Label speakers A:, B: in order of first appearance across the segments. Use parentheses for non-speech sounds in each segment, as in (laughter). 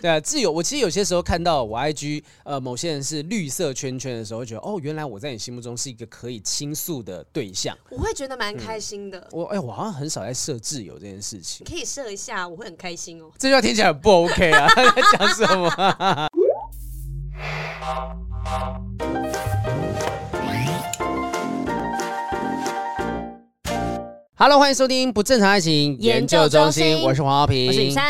A: 对啊，自由。我其实有些时候看到我 IG 呃某些人是绿色圈圈的时候，会觉得哦，原来我在你心目中是一个可以倾诉的对象。
B: 我会觉得蛮开心的。
A: 我哎、我好像很少在设自由这件事情
B: 你。可以设一下，我会很开心哦。
A: 这句话听起来很不 OK 啊！ (laughs) 他在讲什么啊、Hello，欢迎收听不正常爱情
B: 研究中心
A: 我是黄浩平，
B: 我是雨。珊，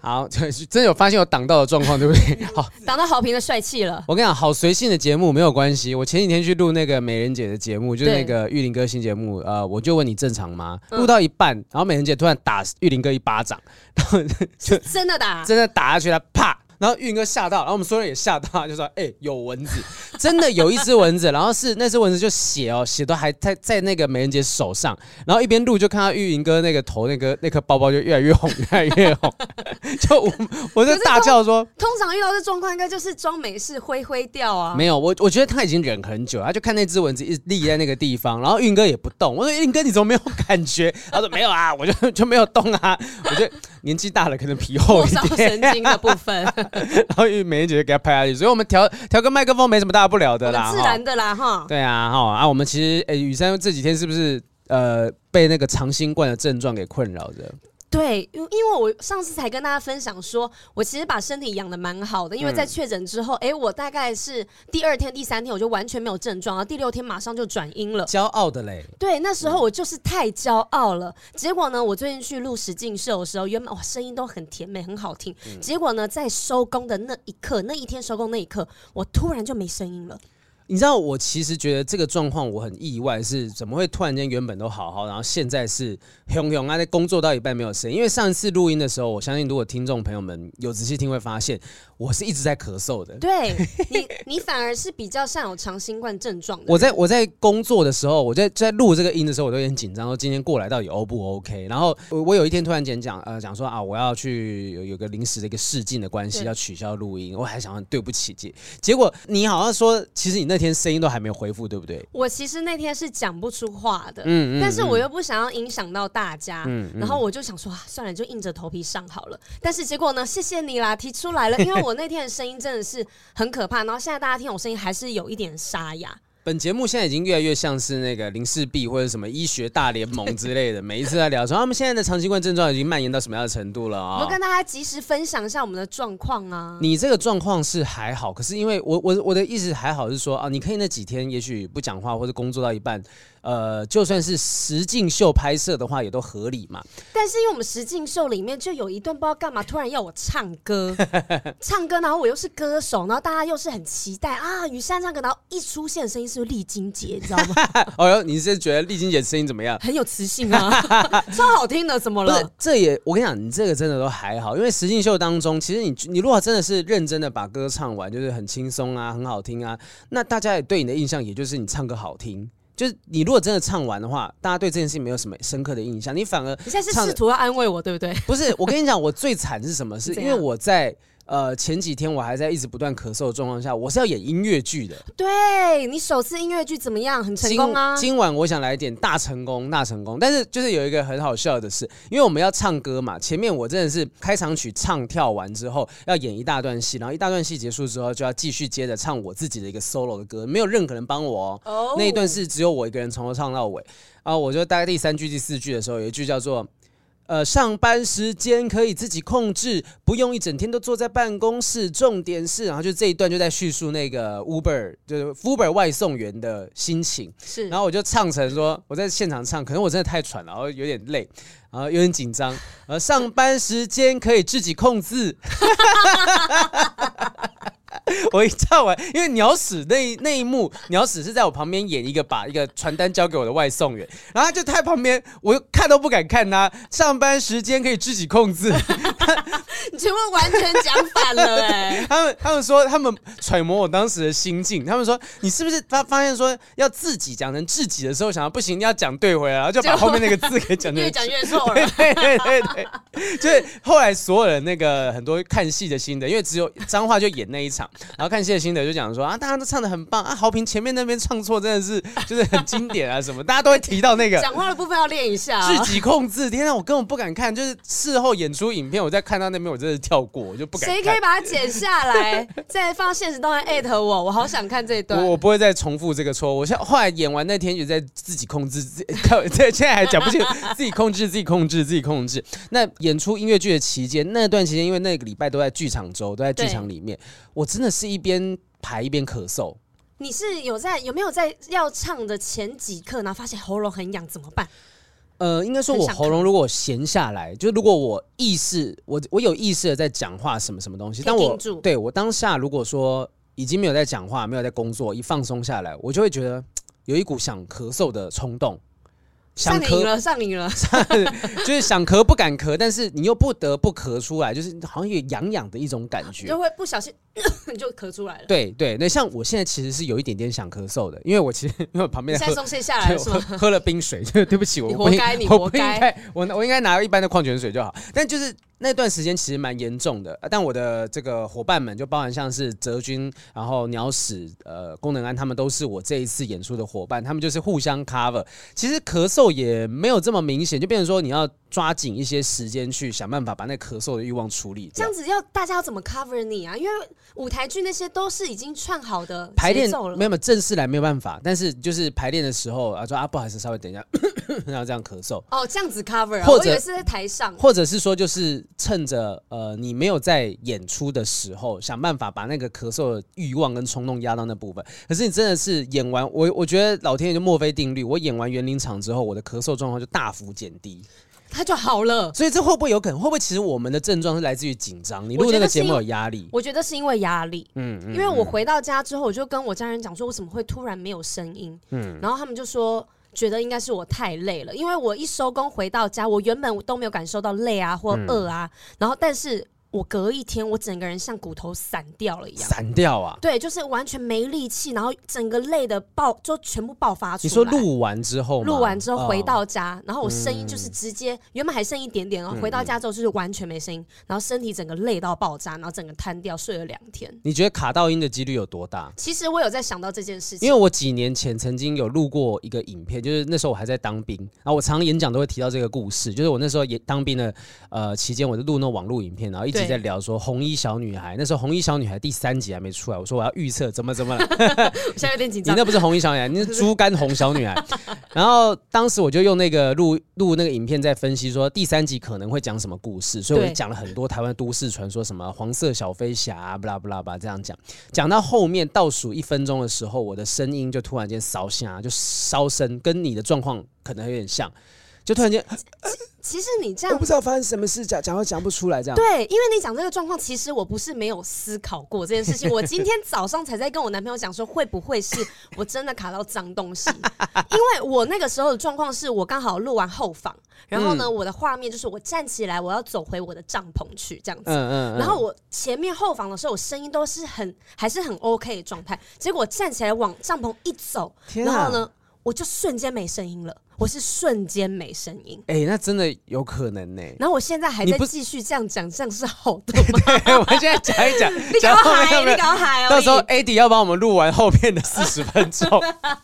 A: 好， (laughs) 真有发现有挡到的状况，对不对？ (laughs) 好，
B: 挡到好评的帅气 (laughs) 了。
A: 我跟你讲，好随性的节目没有关系。我前几天去录那个美人姐的节目，就是
B: 对嗯
A: 那个玉林哥新节目，呃，我就问你正常吗？录到一半，然后美人姐突然打玉林哥一巴掌，然后就
B: 真的的啊、
A: 真的打下去了，啪！然后玉林哥吓到，然后我们所有人也吓到，就说：“哎、有蚊子！” (laughs) 真的有一只蚊子，然后是那只蚊子就血哦，血都还在在那个美人姐手上。然后一边录就看到玉林哥那个头那个那颗包包就越来越红，越来越红。 (laughs) 就我我就大叫说：“
B: 通常遇到这状况，应该就是装没事挥挥掉啊。
A: 没有，我我觉得他已经忍很久了，他就看那只蚊子一直立在那个地方，然后运哥也不动。我说运哥，你怎么没有感觉？他说没有啊，我就就没有动啊。我觉得年纪大了，可能皮厚
B: 末
A: 一
B: 梢
A: 点。
B: 神经的部分，
A: (laughs) 然后美人姐就给他拍下去，所以我们调调个麦克风没什么大不了的
B: 我
A: 啦。
B: (laughs) 们自
A: 哈
B: 然的啦哈。
A: 对啊，哈啊，我们其实诶，雨珊这几天是不是呃被那个长新冠的症状给困扰着？
B: 对，因因为我上次才跟大家分享说，我其实把身体养的蛮好的，因为在确诊之后，哎、我大概是第二天、第三天我就完全没有症状，然后第六天马上就转阴了。
A: 骄傲的嘞，
B: 对，那时候
A: 嗯
B: 我就是太骄傲了。结果呢，我最近去录实境秀的时候，原本哇声音都很甜美，很好听。
A: 嗯
B: 结果呢，在收工的那一刻，那一天收工那一刻，我突然就没声音了。
A: 你知道我其实觉得这个状况我很意外，是怎么会突然间原本都好好，然后现在是熊熊啊，在工作到一半没有声音。因为上一次录音的时候，我相信如果听众朋友们有仔细听会发现，我是一直在咳嗽的。 (laughs)
B: 对你，你反而是比较像有长新冠症状的。
A: 我在我在工作的时候，我在在录这个音的时候，我都有点紧张，说今天过来到底 O 不 OK？然后我我有一天突然间讲，呃，讲说啊，我要去有有个临时的一个试镜的关系，
B: 对
A: 要取消录音，我还想说对不起姐，结果你好像说，其实你那天声音都还没恢复，对不对？
B: 我其实那天是讲不出话的，
A: 嗯
B: 但是我又不想要影响到大家，然后我就想说，啊算了，就硬着头皮上好了。但是结果呢，谢谢你啦，提出来了，因为我那天的声音真的是很可怕，然后现在大家听我声音还是有一点沙哑。
A: 本节目现在已经越来越像是那个林氏璧或者什么医学大联盟之类的，每一次在聊说啊他们现在的长新冠症状已经蔓延到什么样的程度了
B: 我
A: 啊、
B: 们跟大家及时分享一下我们的状况啊。
A: 你这个状况是还好，可是因为我我我的意思还好是说啊，你可以那几天也许不讲话或者工作到一半，呃，就算是实境秀拍摄的话也都合理嘛。 (laughs)
B: 但是因为我们实境秀里面就有一段不知道干嘛，突然要我唱
A: (laughs)
B: 歌，唱歌，然后我又是歌手，然后大家又是很期待啊，雨珊唱歌，然后一出现声音是丽晶姐，你知道吗？
A: (laughs) 哦哟，你是觉得丽晶姐声音怎么样？
B: 很有磁性
A: (laughs)
B: 啊，超好听的，怎么
A: 不是
B: 了？，
A: 这也我跟你讲，你这个真的都还好，因为实境秀当中，其实你你如果真的是认真的把歌唱完，就是很轻松啊，很好听啊，那大家也对你的印象也就是你唱歌好听。就是你如果真的唱完的话，大家对这件事情没有什么深刻的印象，你反而
B: 你现在是
A: 唱
B: 试图要安慰我，对不对？
A: 不是，我跟你讲，我最惨是什么？是
B: 怎
A: 因
B: 样
A: 为我在呃前几天我还在一直不断咳嗽的状况下，我是要演音乐剧的。
B: 对你首次音乐剧怎么样？很成
A: 今
B: 功啊！
A: 今晚我想来一点大成功，大成功。但是就是有一个很好笑的事，因为我们要唱歌嘛，前面我真的是开场曲唱跳完之后要演一大段戏，然后一大段戏结束之后就要继续接着唱我自己的一个 solo 的歌，没有任何人帮我、哦。
B: 哦
A: 那一段是只有我一个人从头唱到尾。啊，我就大概第三句、第四句的时候，有一句叫做。呃，上班时间可以自己控制，不用一整天都坐在办公室。重点是，然后就这一段就在叙述那个 Uber 就是 Uber 外送员的心情。
B: 是
A: 然后我就唱成说，我在现场唱，可能我真的太喘了，然后有点累，然后有点紧张。呃，上班时间可以自己控制。 (laughs) 我一唱完，因为鸟屎那一那一幕，鸟屎是在我旁边演一个把一个传单交给我的外送员，然后他就他在旁边，我看都不敢看他。上班时间可以自己控制，
B: 你全部完全讲反了哎、
A: (laughs) 他们他们说他们揣摩我当时的心境，他们说你是不是发发现说要自己讲成自己的时候，想要不行要讲对回来，然后就把
B: 结果
A: 后面那个字给讲成
B: 越讲越错了
A: (laughs) 对。对对对对，就是后来所有人那个很多看戏的心得，因为只有张化就演那一场，然后看谢欣的就讲说啊，大家都唱的很棒啊，豪平前面那边唱错真的是就是很经典啊什么，大家都会提到那个。
B: 讲话的部分要练一下、啊
A: 自己控制，天啊，我根本不敢看，就是事后演出影片，我在看到那边，我真的跳过，我就不敢看。
B: 谁可以把它剪下
A: (laughs)
B: 来，再放现实动态艾特我？我好想看这一段
A: 我。我不会再重复这个错误。我现后来演完那天也在自己控制，自 (laughs) 己现在还讲不清，自己控制，自己控制，自己控制。那演出音乐剧的期间，那段期间，因为那个礼拜都在剧场周，都在剧场里面，我真的是一边排一边咳嗽。
B: 你是有在有没有在要唱的前几刻，然后发现喉咙很痒怎么办？
A: 呃，应该说我喉咙如果闲下来，就如果我意识，我我有意识的在讲话什么什么东西，
B: 可以
A: 但我
B: 定住
A: 对我当下如果说已经没有在讲话，没有在工作，一放松下来，我就会觉得嘖有一股想咳嗽的冲动，想
B: 上瘾
A: 咳
B: 了，上瘾了，
A: 就是想咳不敢咳，但是你又不得不咳出来，就是好像有痒痒的一种感觉
B: 就。会不小心 (coughs) 你就咳出来了。
A: 对对，那像我现在其实是有一点点想咳嗽的，因为我其实因为我旁
B: 你
A: 边
B: 现
A: 在
B: 在
A: 喝
B: 松懈下来
A: (laughs) 对
B: 了是
A: 我喝
B: 吗？
A: 喝了冰水， (laughs) 对对不起，我
B: 你
A: 不
B: 活
A: 应
B: 该你
A: 我
B: 活
A: 不应
B: 该
A: 该，我我应该拿一般的矿泉水就好。但就是那段时间其实蛮严重的，呃但我的这个伙伴们，就包含像是泽军，然后鸟屎，呃，功能安，他们都是我这一次演出的伙伴，他们就是互相 cover。其实咳嗽也没有这么明显，就变成说你要抓紧一些时间去想办法把那咳嗽的欲望处理
B: 这
A: 掉
B: 样。子要大家要怎么 cover 你啊？因为舞台剧那些都是已经串好的
A: 排
B: 节
A: 练
B: 奏了
A: 没，有没有正式来没有办法，但是就是排练的时候啊，说啊不好意思，稍微等一下， (coughs) 然后这样咳嗽。
B: 哦，这样子 cover，、啊、
A: 或
B: 我
A: 者
B: 以为是在台上。
A: 或者是说，就是趁着呃你没有在演出的时候，想办法把那个咳嗽的欲望跟冲动压到那部分。可是你真的是演完，我我觉得老天爷就墨菲定律，我演完园林场之后，我的咳嗽状况就大幅减低。
B: 他就好了。
A: 所以这会不会有可能？会不会其实我们的症状是来自于紧张？你录那
B: 我觉
A: 个
B: 得
A: 节
B: 是
A: 目
B: 因为
A: 有压力，
B: 我觉得是因为压力，
A: 嗯嗯
B: 因为我回到家之后，我就跟我家人讲说，我怎么会突然没有声音？嗯，然后他们就说。觉得应该是我太累了，因为我一收工回到家，我原本都没有感受到累啊或饿啊，
A: 嗯
B: 然后但是我隔一天，我整个人像骨头散掉了一样，
A: 散掉啊！
B: 对，就是完全没力气，然后整个累的爆就全部爆发出
A: 你
B: 来。
A: 说录完之后吗，嗯
B: 录完之后回
A: 哦、
B: 到家，然后我声音就是直接、原本还剩一点点，然哦
A: 嗯
B: 后回到家之后就是完全没声音，然后身体整个累到爆炸，然后整个瘫掉，睡了两天。
A: 你觉得卡到音的几率有多大？
B: 其实我有在想到这件事
A: 因
B: 情，
A: 为我几年前曾经有录过一个影片，就是那时候我还在当兵，然后我常演讲都会提到这个故事，就是我那时候也当兵的呃期间，我就录那种网络影片，然后一直
B: 对
A: 在聊说红衣小女孩，那时候红衣小女孩第三集还没出来，我说我要预测怎么怎么了，
B: 我现在有点紧
A: 你
B: 张。
A: 那不是红衣小女孩，
B: (laughs)
A: 你是猪肝红小女孩。然后当时我就用那个录录那个影片在分析说第三集可能会讲什么故事，所以我就
B: 对
A: 讲了很多台湾都市传说，什么黄色小飞侠、啊，不啦不啦吧，这样讲。讲到后面倒数一分钟的时候，我的声音就突然间烧瞎，就烧声，跟你的状况可能有点像，就突然间哎
B: 其实你这
A: 我
B: 样
A: 不知道发生什么事，讲讲都讲不出来这样。
B: 对，因为你讲这个状况，其实我不是没有思考过这件事情。我今天早上才在跟我男朋友讲说，会不会是我真的卡到脏
A: (laughs)
B: 东西？因为我那个时候的状况是我刚好录完后访，然后
A: 嗯
B: 呢，我的画面就是我站起来，我要走回我的帐篷去这样子。
A: 嗯嗯嗯。
B: 然后我前面后防的时候，我声音都是很还是很 OK 的状态。结果我站起来往帐篷一走，
A: 天啊
B: 然后呢，我就瞬间没声音了，我是瞬间没声音。
A: 哎、那真的有可
B: (laughs)
A: 能呢、 (laughs)
B: 然后我现在还
A: 你
B: 在
A: 不
B: 继续这样讲，这样是好
A: (laughs)
B: 的吗？
A: 对，我现在讲一讲，
B: 你搞
A: 讲后面
B: 嗨，
A: 有没有
B: 你搞嗨哦！
A: 到时候哎
B: 你
A: AD 要帮我们录完后面的四十分钟，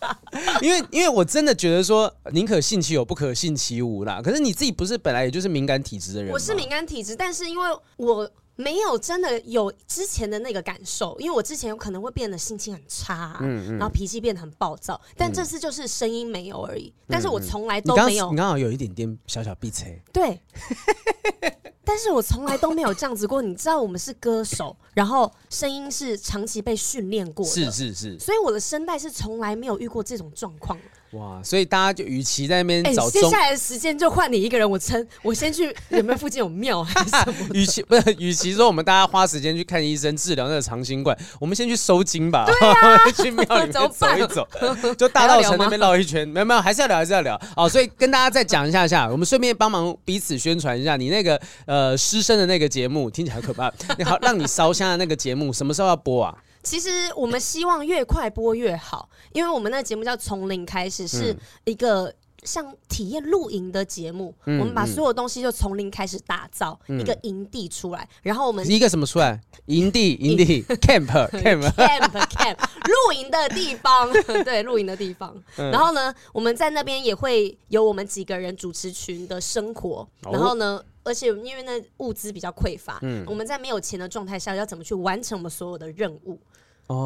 A: (laughs) 因为因为我真的觉得说宁可信其有，不可信其无啦。可是你自己不是本来也就是敏感体质的人吗，
B: 我是敏感体质，但是因为我没有真的有之前的那个感受，因为我之前有可能会变得心情很差啊、
A: 嗯
B: 然后脾气变得很暴躁，但这次就是声音没有而已。但是我从来
A: 嗯你
B: 都
A: 刚
B: 没有
A: 你刚好有一点点小小闭塞，
B: 对， (laughs) 但是我从来都没有这样子过。你知道，我们是歌手，然后声音是长期被训练过的，
A: 是是是，
B: 所以我的声带是从来没有遇过这种状况。
A: 哇！所以大家就与其在那
B: 哎、
A: 边找
B: 接
A: 中
B: 下，来的时间就换你一个人，我撑， (laughs) 我先去有没有附近
A: (laughs)
B: 有庙 (laughs) 还是什么？
A: 与其 (laughs) 不是与其说我们大家花时间去看医生治疗那个长新冠，我们先去收金吧， (laughs) 去庙里面
B: 啊 (laughs) 怎么
A: 走
B: 办
A: 一走。就大道城那边绕一圈，没有没有，还是要聊，还是要聊。哦，所以跟大家再讲一下下，我们顺便帮忙彼此宣传一下，你那个呃师生的那个节目听起来很可怕，你好让你烧香的那个节目什么时候要播
B: (laughs)
A: 啊？
B: 其实我们希望越快播越好，因为我们那个节目叫《从零开始》，
A: 嗯
B: 是一个。像体验露营的节目，
A: 嗯
B: 我们把所有东西就从零开始打造一个营地出来，然后我们
A: 一个什么出来？营地营地 camp
B: (laughs)
A: camp，
B: camp
A: (laughs)
B: camp 露营的地方，对，露营的地方。
A: 嗯
B: 然后呢，我们在那边也会有我们几个人主持群的生活。
A: 哦嗯
B: 然后呢，而且因为那物资比较匮乏，我们在没有钱的状态下，要怎么去完成我们所有的任务，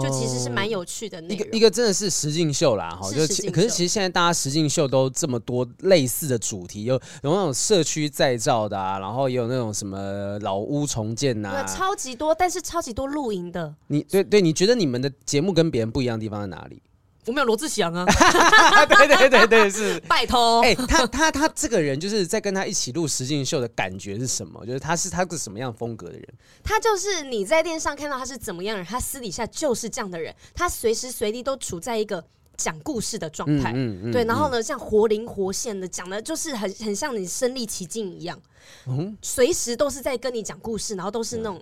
B: 就其实是蛮有趣的内
A: 哦一个
B: 容。
A: 一个真的是实境秀啦，哈，
B: 是
A: 就
B: 实
A: 其
B: 境
A: 可是
B: 秀
A: 其实现在大家实境秀都这么多类似的主题，有有那种社区再造的啊，然后也有那种什么老屋重建呐、
B: 对，超级多，但是超级多露营的。
A: 你对对，你觉得你们的节目跟别人不一样的地方在哪里？
B: 我们有罗志祥 (laughs) 啊，
A: 啊，对对对对是。
B: 拜
A: (laughs)
B: 托。
A: 哎、他他他这个人就是在跟他一起录实境秀的感觉是什么？就是他是他是什么样风格的人？
B: 他就是你在电视上看到他是怎么样的人，他私底下就是这样的人，他随时随地都处在一个讲故事的状态。
A: 嗯嗯，
B: 对，然后呢，像活灵活现的讲的，就是很很像你身临其境一样，嗯随时都是在跟你讲故事，然后都是那种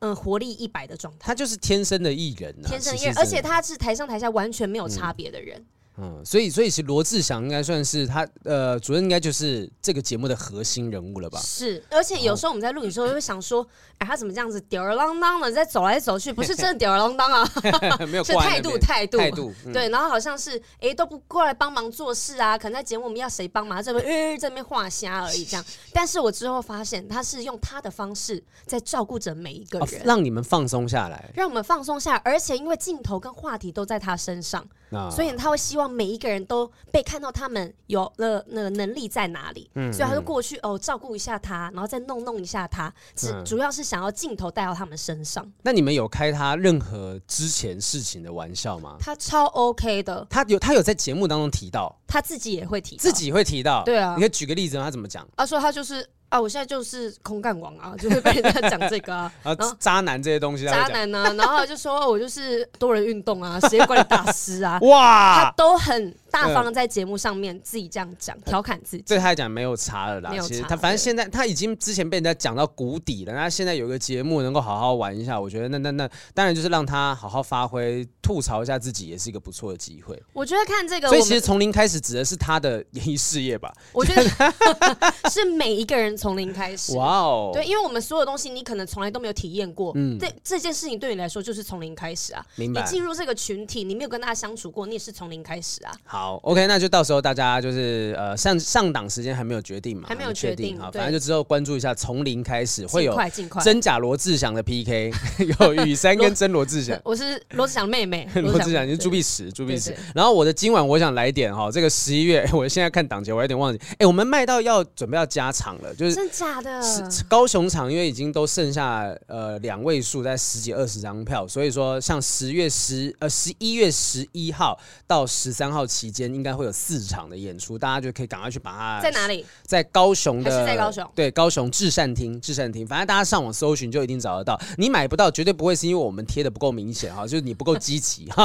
B: 嗯、呃活力一百的状态，
A: 他就是天生的艺人、啊，
B: 天生
A: 其
B: 一
A: 实
B: 人，而
A: 真
B: 且
A: 的
B: 他是台上台下完全没有差别的人。
A: 嗯，所以所以其实罗志祥应该算是他呃主任应该就是这个节目的核心人物了吧？
B: 是，而且有时候我们在录影的时候会想说，哎、他怎么这样子吊儿郎当的在走来走去，不是真的吊儿郎当啊， (laughs)
A: (laughs) 没有
B: 是
A: 挂在
B: 态
A: 那
B: 度
A: 边
B: 态度
A: 态度，嗯
B: 对，然后好像是哎、诶都不过来帮忙做事啊，可能在节目我们要谁帮忙，这边呃这边画虾而
A: (laughs)
B: 已这样。但是我之后发现他是用他的方式在照顾着每一个
A: 哦
B: 人。
A: 让你们放松下来。
B: 让我们放松下来，而且因为镜头跟话题都在他身上，
A: 那
B: 所以他会希望每一个人都被看到，他们有了那个能力在哪里。
A: 嗯
B: 所以他就过去哦，照顾一下他，然后再弄弄一下他，只、
A: 嗯
B: 主要是想要镜头带到他们身上。
A: 那你们有开他任何之前事情的玩笑吗？
B: 他超 OK 的，
A: 他有他有在节目当中提到，
B: 他自己也会提到
A: 自。己会提到。
B: 对啊
A: 你可以举个例子吗？他怎么讲？，
B: 他说他就是啊，我现在就是空干王啊，就会被人家讲这个啊
A: (laughs) 啊
B: 然后，
A: 渣男这些东西他
B: 渣
A: 会讲。，
B: 男啊，然后就说哦我就是多人运动啊，时间管理大师啊他
A: 哇，嗯
B: 都很大方地在节目上面自己这样讲，调侃自己。
A: 对他来讲没有差了啦
B: 没。有
A: 其实
B: 差
A: 他反正
B: 对
A: 现在他已经之前被人家讲到谷底了，那现在有一个节目能够好好玩一下，我觉得那那那当然就是让他好好发挥，吐槽一下自己也是一个不错的机会。
B: 我觉得看这个，
A: 所以
B: 我
A: 其实
B: 们
A: 从零开始指的是他的演艺事业吧？
B: 我觉得 (laughs) 是每一个人从零开始。
A: 哇哦，嗯
B: 对，因为我们所有东西你可能从来都没有体验过，对这件事情对你来说就是从零开始啊。
A: 明
B: 你
A: 白。
B: 进入这个群体，你没有跟大家相处过，你也是从零开始啊。
A: 好，OK，那就到时候大家就是呃上上档时间还没有决定嘛，
B: 还没有
A: 确
B: 决定
A: 好，
B: 对
A: 反正就之后关注一下，从零开始会
B: 尽
A: 有
B: 快，尽快。。
A: 真假罗志祥的 PK，有 (laughs) 雨山跟真罗志祥
B: 我是 (laughs) 罗志祥妹妹，
A: (laughs) 罗志祥你是
B: 对
A: 朱碧石，朱碧石
B: 对对。
A: 然后我的今晚我想来点哈，这个十一月， (laughs) 我现在看档期，我有点忘记。哎，我们卖到要准备要加场了，就是
B: 真假的？
A: 是高雄场，因为已经都剩下呃两位数，在十几二十张票，所以说像十月十呃十一月十一号到十三号期间，应该会有四场的演出，大家就可以赶快去把它
B: 在哪里？
A: 在高雄的，
B: 还是在高雄
A: 对，高雄至善厅，至善厅，反正大家上网搜寻就一定找得到。你买不到，绝对不会是因为我们贴的不够明显哈，就是你不够积极哈。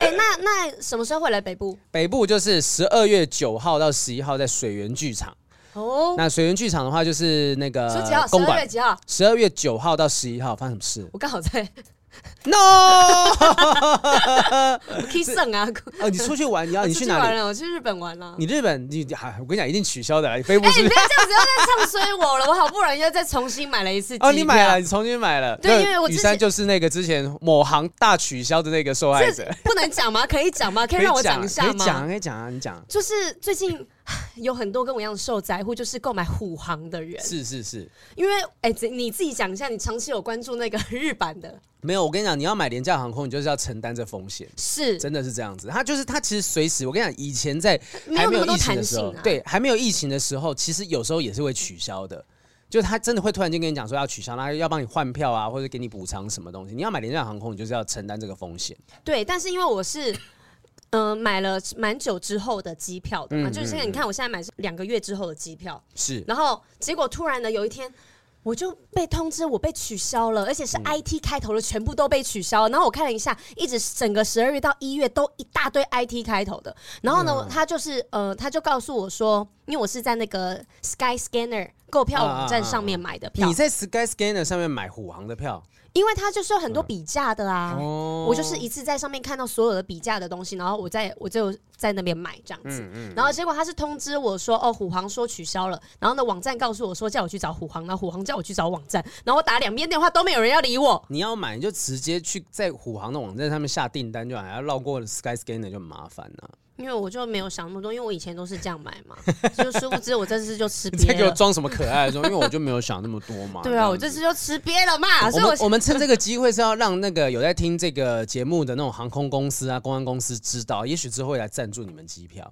B: 哎、那那什么时候会来北部？
A: 北部就是十二月九号到十一号在水源剧场，
B: 哦，
A: 那水源剧场的话就是那个
B: 说几号？十
A: 公
B: 二
A: 馆
B: 月，几号？
A: 十二月九号到十一号发生什么事
B: 我刚
A: (laughs)
B: 好在
A: ？No！
B: 我 K 胜啊，
A: (laughs) 哦，你出去玩，你要
B: 我
A: 你
B: 出
A: 去
B: 玩
A: 哪里？
B: 了？我去日本玩了。
A: 你日本，你还我跟你讲，一定取消的啦，你飞不
B: 哎、
A: 出去
B: 你不。要这样子，又在唱衰我了。我好不容易又再重新买了一次机
A: (laughs)
B: 票。
A: 哦，你买了，你重新买了。
B: 啊对
A: 那
B: 因为我
A: 雨
B: 之
A: 山
B: 前
A: 就是那个之前某行大取消的那个受害者。
B: 不能讲吗？可以讲吗？可以
A: 可以
B: 让我讲一下
A: 可以讲，
B: 吗？
A: 可以讲啊，你讲。
B: 就是最近有很多跟我一样的受灾户，就是购买虎航的人。
A: 啊是是是，
B: 因为哎、这你自己讲一下，你长期有关注那个日版的，
A: 没有，我跟你讲，你要买廉价航空，你就是要承担这风险。
B: 是
A: 真的是这样子，它就是它其实随时，我跟你讲，以前在
B: 没
A: 还
B: 有
A: 没有
B: 那么多
A: 疫情的
B: 弹
A: 时
B: 性
A: 候，
B: 啊。
A: 对，还没有疫情的时候，其实有时候也是会取消的，就他真的会突然间跟你讲说要取消，然后要帮你换票啊，或者给你补偿什么东西。你要买廉价航空，你就是要承担这个风险。
B: 对，但是因为我是。嗯、买了蛮久之后的机票的嘛，
A: 嗯
B: 就是现在你看，我现在买是两个月之后的机票，
A: 是，
B: 然后结果突然的有一天，我就被通知我被取消了，而且
A: 嗯
B: 是 IT 开头的全部都被取消了。然后我看了一下，一直整个十
A: 嗯
B: 二月到一月都一大堆 IT 开头的。然后呢，他就是呃，他就告诉我说。因为我是在那个 Sky Scanner 购票网
A: 啊
B: 站上面买的票，
A: 你在 Sky Scanner 上面买虎航的票
B: 因为它就是有很多比价的啊。
A: 嗯哦，
B: 我就是一次在上面看到所有的比价的东西，然后我在我就在那边买这样
A: 嗯
B: 子，然后结果他是通知我说哦虎航说取消了，然后呢网站告诉我说叫我去找虎航，然后虎航叫我去找网站，然后我打两边电话都没有人要理我，
A: 你要买你就直接去在虎航的网站上面下订单就好，还要绕过 Sky Scanner 就很麻烦了、
B: 因为我就没有想那么多，因为我以前都是这样买 (laughs) 嘛，就殊不知我这次就吃
A: 你在
B: 瘪
A: 给我
B: 了，
A: 装什么可爱的装？因为我就没有想那么多嘛。
B: (laughs) 对啊，我
A: 这
B: 这
A: 样子
B: 次就吃瘪了嘛，啊所
A: 我
B: 以我
A: 们我们趁这个机会是要让那个有在听这个节目的那种航空公司
B: (laughs)
A: 啊、公安公司知道，也许之后会来赞助你们机票。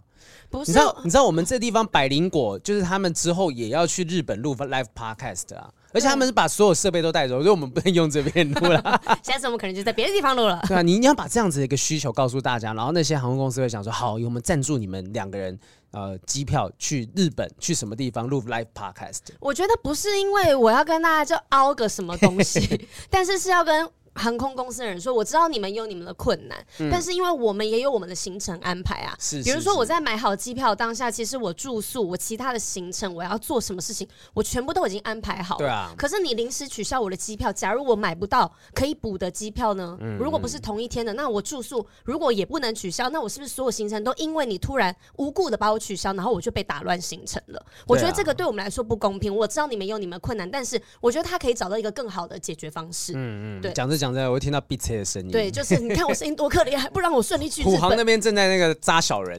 B: 不
A: 你
B: 是
A: 知道，你知道我们这地方百灵果，就是他们之后也要去日本录 live podcast 啊，而且他们是把所有设备都带走，所以我们不能用这边录
B: (laughs)
A: 了。
B: 下次我们可能就在别的地方录了。
A: 对啊，你你要把这样子的一个需求告诉大家，然后那些航空公司会想说，好，我们赞助你们两个人呃机票去日本去什么地方录 live podcast。
B: 我觉得不是因为我要跟大家就凹个什么东
A: (laughs)
B: 西，但是是要跟航空公司的人说，我知道你们有你们的困难，但是因为我们也有我们的行程安排啊。
A: 嗯是，
B: 比如
A: 是
B: 说我
A: 是
B: 在买好机票当下，其实我住宿、我其他的行程、我要做什么事情，我全部都已经安排好了。
A: 对啊
B: 可是你临时取消我的机票，假如我买不到可以补的机票呢？如果不是同一天的，那我住宿如果也不能取消，那我是不是所有行程都因为你突然无故的把我取消，然后我就被打乱行程了？我觉得这个对我们来说不公平。我知道你们有你们困难，但是我觉得他可以找到一个更好的解决方式。
A: 嗯
B: 对
A: 讲着讲着，我会听到 B C 的声音。
B: 对，，就是你看我声音多可怜，还不让我顺利去日
A: (laughs) 虎航
B: 本
A: 那。边正在那个扎小人。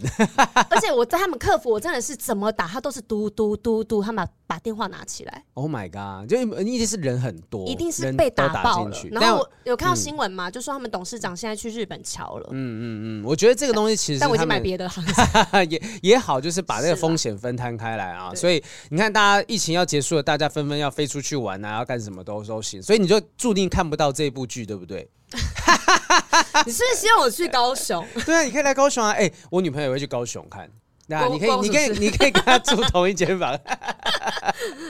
B: 而且我在他们客服，我真的是怎么打，他都是嘟嘟嘟嘟，他们把电话拿起来，
A: Oh my god！就一定是人很多，
B: 一定是
A: 人
B: 被
A: 都
B: 打爆
A: 进
B: 了
A: 去。。
B: 然
A: 但嗯
B: 后我有看到新闻嘛，就说他们董事长现在去日本瞧了，
A: 嗯嗯，我觉得这个东西其实
B: 但我已
A: 他 (laughs)
B: 经买
A: 们
B: 别的航
A: 也也好，就是把这个
B: 是啦
A: 风险分摊开来啊。
B: 对
A: 所以你看，大家疫情要结束了，大家纷纷要飞出去玩啊，要干什么都都行，所以你就注定看不到这部剧，对不对？ (laughs)
B: 你 (laughs) 是不是希望我去高雄？
A: 对啊，你可以来高雄啊！哎、我女朋友也会去高雄看。那、啊、
B: 关
A: 你可以，
B: 关我
A: 你
B: 什
A: 可
B: 么
A: 以，
B: 事
A: 你可以跟她住同一间
B: (laughs)
A: 房，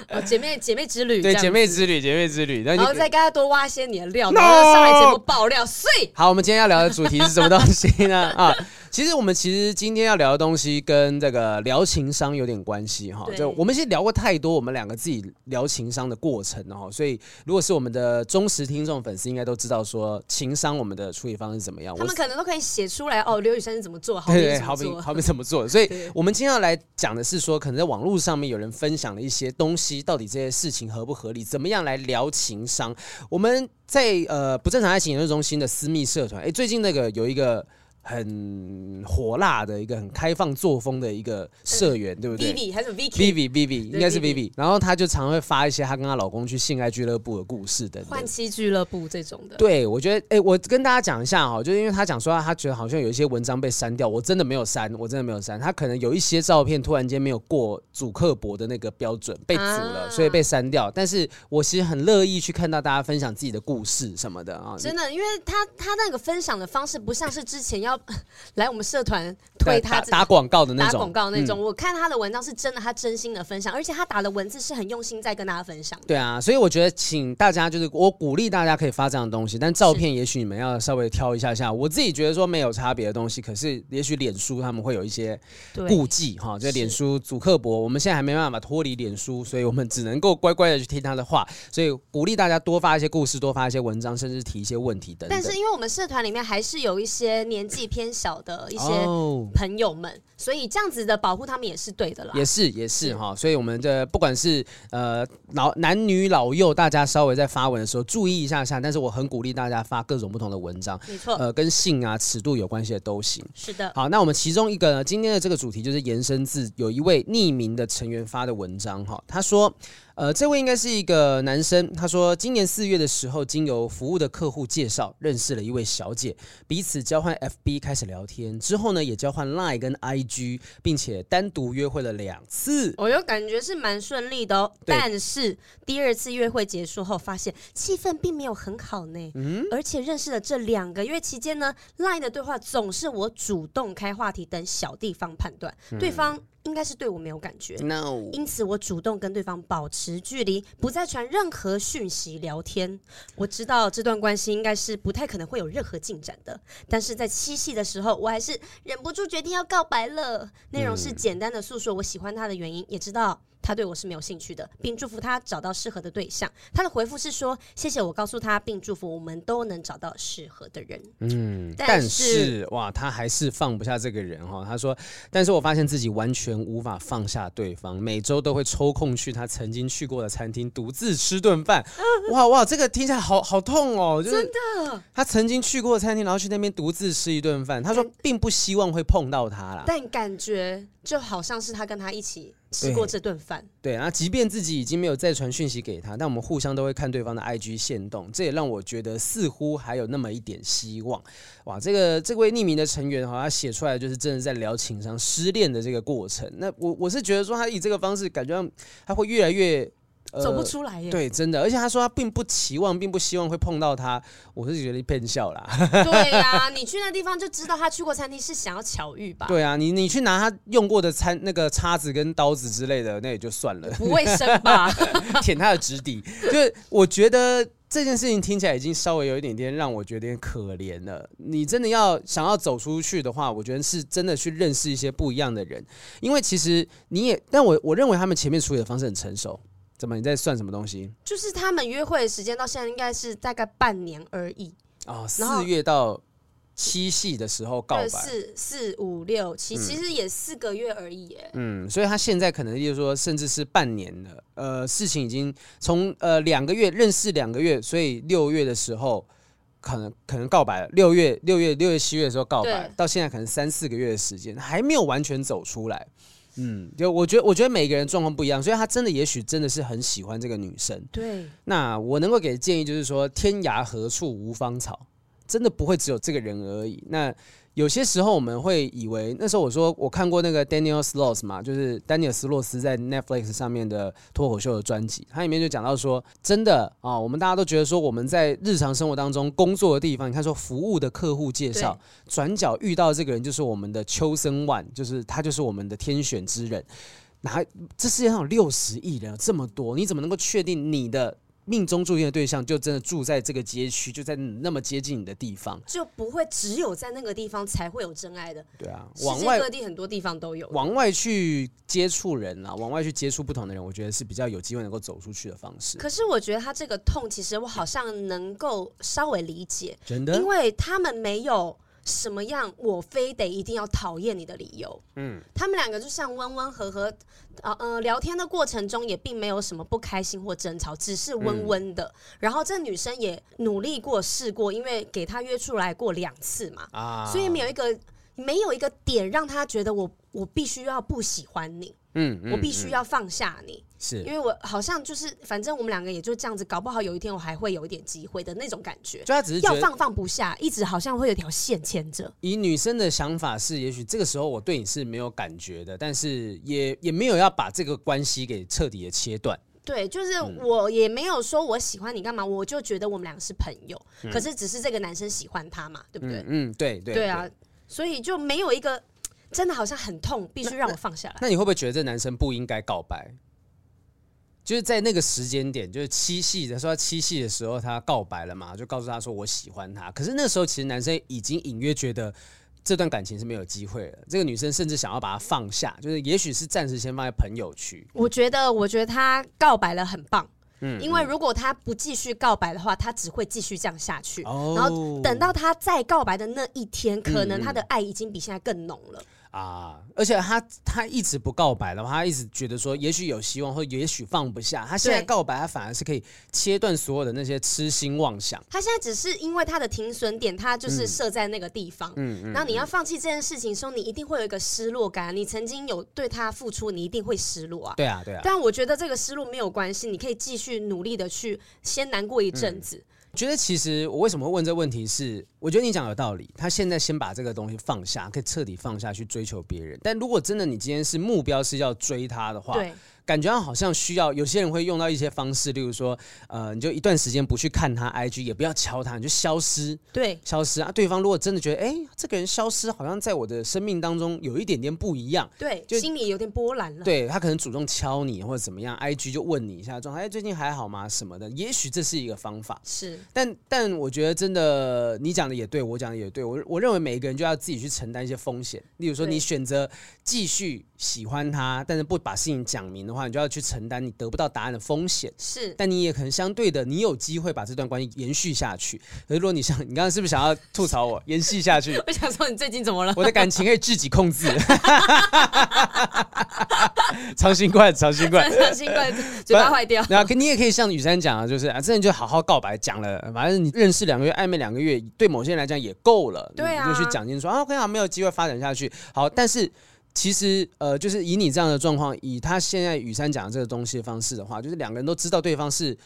B: 哦姐妹 (laughs) 姐妹之旅，
A: 对，
B: 这样
A: 姐，妹之旅，姐妹之旅。然
B: 然
A: 后
B: 后
A: 你
B: 再跟他多挖一些你的料，
A: No！
B: 然后上来节目爆料，碎。
A: 好，我们今天要聊的主题是什么东西呢？ (laughs) 啊，其实我们其实今天要聊的东西跟这个聊情商有点关系哈。
B: 对
A: 就我们其实聊过太多我们两个自己聊情商的过程了哈，所以如果是我们的忠实听众粉丝，应该都知道说情商我们的处理方式是怎么样。
B: 他
A: 我
B: 们可能都可以写出来哦，刘雨珊是怎么做，好
A: (laughs) 对
B: 你
A: 对，
B: 怎
A: 好
B: 么
A: 比
B: 做，
A: 好比怎么做？所以
B: 对
A: 我们今天要来讲的是说，可能在网络上面有人分享了一些东西，到底这些事情合不合理？怎么样来聊情商？我们在呃不正常爱情研究中心的私密社团，哎，最近那个有一个。很火辣的一个很开放作风的一个社员，对不对
B: Vivi 还是 Vicky
A: ？Vivi Vivi 应该是
B: 对
A: Vivi，然后她就常会发一些她跟她老公去性爱俱乐部的故事等等
B: 换。妻俱乐部这种的，
A: 对，我觉得，哎、我跟大家讲一下哈，就是因为他讲说他觉得好像有一些文章被删掉，我真的没有删，我真的没有删，他可能有一些照片突然间没有过主刻薄的那个标准被阻了，
B: 啊
A: 所以被删掉。但是我其实很乐意去看到大家分享自己的故事什么的啊。
B: 真的，因为他他那个分享的方式不像是之前要 (laughs) 来我们社团
A: 对
B: 推
A: 打
B: 他自己
A: 打广告的那
B: 打
A: 种
B: 广告那
A: 嗯
B: 种。我看他的文章是真的，他真心的分享，而且他打的文字是很用心在跟大家分享的。
A: 对啊，所以我觉得请大家就是我鼓励大家可以发这样的东西，但照
B: 是
A: 片也许你们要稍微挑一下下。我自己觉得说没有差别的东西，可是也许脸书他们会有一些顾忌哈，这
B: 是
A: 脸书主刻薄，我们现在还没办法脱离脸书，所以我们只能够乖乖的去听他的话，所以鼓励大家多发一些故事，多发一些文章，甚至提一些问题等等。
B: 但是因为我们社团里面还是有一些年纪偏小的一些
A: 哦，
B: 朋友们，所以这样子的保护他们也是对的啦。
A: 也是也是哈，所以我们的不管是呃老男女老幼，大家稍微在发文的时候注意一下下，但是我很鼓励大家发各种不同的文章，
B: 没错，
A: 呃，跟性啊尺度有关系的都行。
B: 是的，
A: 好，那我们其中一个呢，今天的这个主题就是延伸自有一位匿名的成员发的文章哈，他说，呃，这位应该是一个男生，他说今年四月的时候，经由服务的客户介绍，认识了一位小姐，彼此交换 FB 开始聊天，之后呢也交换 Line 跟 IG，并且单独约会了两次。
B: 我有感觉是蛮顺利的哦。
A: 对
B: 但是第二次约会结束后，发现气氛并没有很好呢。
A: 嗯
B: 而且认识的这两个月期间呢，LINE
A: 嗯
B: 的对话总是我主动开话题等小地方判断，对方应该是对我没有感觉。
A: No，
B: 因此，我主动跟对方保持距离，不再传任何讯息聊天。我知道这段关系应该是不太可能会有任何进展的，但是在七夕的时候，我还是忍不住决定要告白了。内容
A: 嗯
B: 是简单的诉说我喜欢他的原因，也知道他对我是没有兴趣的，并祝福他找到适合的对象。他的回复是说：“谢谢我告诉他，并祝福我们都能找到适合的人。”
A: 嗯，
B: 但
A: 但
B: 是
A: 是哇，他还是放不下这个人哈、他说，但是我发现自己完全无法放下对方，每周都会抽空去他曾经去过的餐厅独自吃顿
B: (laughs)
A: 饭。哇哇，这个听起来好好痛哦！就是
B: 的，
A: 他曾经去过的餐厅，然后去那边独自吃一顿饭。他说，并不希望会碰到他啦。
B: 但感觉就好像是他跟他一起吃过
A: 对
B: 这顿饭。
A: 对，然后即便自己已经没有再传讯息给他，但我们互相都会看对方的 IG 线动，这也让我觉得似乎还有那么一点希望。哇，这个这位匿名的成员好像写出来就是真的在聊情商失恋的这个过程。那我我是觉得说他以这个方式，感觉上他会越来越。呃
B: 走不出来耶，
A: 对，真的，而且他说他并不期望，并不希望会碰到他，我是觉得骗笑啦。 (laughs)
B: 对呀、你去那地方就知道他去过餐厅是想要巧遇吧？
A: 对啊，你你去拿他用过的餐那个叉子跟刀子之类的，那也就算了。
B: 不卫生
A: (laughs)
B: 吧？
A: 舔他的直底，就是我觉得这件事情听起来已经稍微有一点点让我觉得有点可怜了。你真的要想要走出去的话，我觉得是真的去认识一些不一样的人，因为其实你也，但我我认为他们前面处理的方式很成熟。怎么你在算什么东西
B: 就是他们约会的时间到现在应该是大概半年而已，
A: 啊？四、
B: 然后
A: 月到七夕的时候告
B: 二
A: 白，
B: 四四五六七，其实也四个月而已耶。
A: 嗯，所以他现在可能就是说，甚至是半年了，呃，事情已经从呃两个月认识两个月，所以六月的时候可能可能告白了，六月六月六月七月的时候告白
B: 对，
A: 到现在可能三四个月的时间还没有完全走出来。嗯，就我觉得，我觉得每个人状况不一样，所以他真的也许真的是很喜欢这个女生。
B: 对，
A: 那我能够给的建议就是说，天涯何处无芳草，真的不会只有这个人而已。那有些时候我们会以为，那时候我说我看过那个 Daniel Sloss 嘛，就是丹尼尔斯洛斯在 Netflix 上面的脱口秀的专辑，它里面就讲到说，真的啊、我们大家都觉得说我们在日常生活当中工作的地方，你看说服务的客户介绍，转角遇到这个人就是我们的秋生万，就是他就是我们的天选之人。哪这世界上有六十亿人，有这么多，你怎么能够确定你的命中注定的对象就真的住在这个街区，就在那么接近你的地方？
B: 就不会只有在那个地方才会有真爱的，
A: 对啊，
B: 世
A: 往
B: 界
A: 外
B: 各地很多地方都有。
A: 往外去接触人啊，往外去接触不同的人，我觉得是比较有机会能够走出去的方式。
B: 可是我觉得他这个痛，其实我好像能够稍微理解，
A: 真
B: 因为他们没有什么样我非得一定要讨厌你的理由。嗯，他们两个就像温温和和，呃呃，聊天的过程中也并没有什么不开心或争吵，只是温温的。
A: 嗯
B: 然后这女生也努力过、试过，因为给她约出来过两次嘛，
A: 啊
B: 所以没有一个没有一个点让她觉得我我必须要不喜欢你，
A: 嗯嗯
B: 我必须要放下你。
A: 是
B: 因为我好像就是，反正我们两个也就这样子，搞不好有一天我还会有一点机会的那种感觉。
A: 就他只是觉
B: 要
A: 得
B: 放放不下，一直好像会有条线牵着。
A: 以女生的想法是，也许这个时候我对你是没有感觉的，但是也也没有要把这个关系给彻底的切断。
B: 对，就是
A: 嗯
B: 我也没有说我喜欢你干嘛，我就觉得我们两个是朋友，可是只是这个男生喜欢他嘛，对不对？
A: 嗯嗯，对对
B: 对啊，所以就没有一个真的好像很痛，必须让我放下来。
A: 那你会不会觉得这男生不应该告白？就是在那个时间点，就是七夕的，说他七夕的时候，他告白了嘛，就告诉他说我喜欢他。可是那时候，其实男生已经隐约觉得这段感情是没有机会了。这个女生甚至想要把他放下，就是也许是暂时先放在朋友区。
B: 我觉得，我觉得他告白了很棒。
A: 嗯
B: 因为如果他不继续告白的话，他只会继续这样下去。
A: 哦嗯
B: 然后等到他再告白的那一天，可能他的爱已经比现在更浓了。
A: 啊，而且他他一直不告白的话，他一直觉得说也许有希望，或也许放不下。他现在
B: 对
A: 告白，他反而是可以切断所有的那些痴心妄想。
B: 他现在只是因为他的停损点，他
A: 嗯
B: 就是设在那个地方。嗯，然后你要放弃这件事情的时候，你一定会有一个失落感。你曾经有对他付出，你一定会失落啊。
A: 对啊，对啊。
B: 但我觉得这个失落没有关系，你可以继续努力的去先难过一阵子。
A: 觉得其实我为什么会问这问题是，我觉得你讲有道理。他现在先把这个东西放下，可以彻底放下去追求别人。但如果真的你今天是目标是要追他的话，
B: 对，
A: 感觉好像需要有些人会用到一些方式，例如说，呃，你就一段时间不去看他 IG，也不要敲他，你就消失，
B: 对，
A: 消失啊。对方如果真的觉得，哎、这个人消失，好像在我的生命当中有一点点不一样，
B: 对，
A: 就
B: 心里有点波澜了。
A: 对他可能主动敲你或者怎么样，IG 就问你一下状态，哎，最近还好吗？什么的，也许这是一个方法。
B: 是，
A: 但但我觉得真的，你讲的也对，我讲的也对，我我认为每一个人就要自己去承担一些风险。例如说，
B: 对
A: 你选择继续喜欢他，但是不把事情讲明的话，你就要去承担你得不到答案的风险。
B: 是，
A: 但你也可能相对的，你有机会把这段关系延续下去。可是如果你想，你刚刚是不是想要吐槽我延续下去？
B: 我想说你最近怎么了？
A: 我
B: (laughs)
A: 的感情可以自己控制， (laughs) 长新冠，长新冠，
B: 伤心怪嘴巴坏 (laughs) 掉。
A: 然后，可你也可以像雨珊讲啊，就是啊，真的就好好告白讲了，反正你认识两个月，暧昧两个月，对某些人来讲也够了，
B: 对啊
A: 你就去讲清楚啊，OK 好，没有机会发展下去，好，但是。其实，呃，就是以你这样的状况，以他现在雨珊讲的这个东西的方式的话，就是两个人都知道对方是，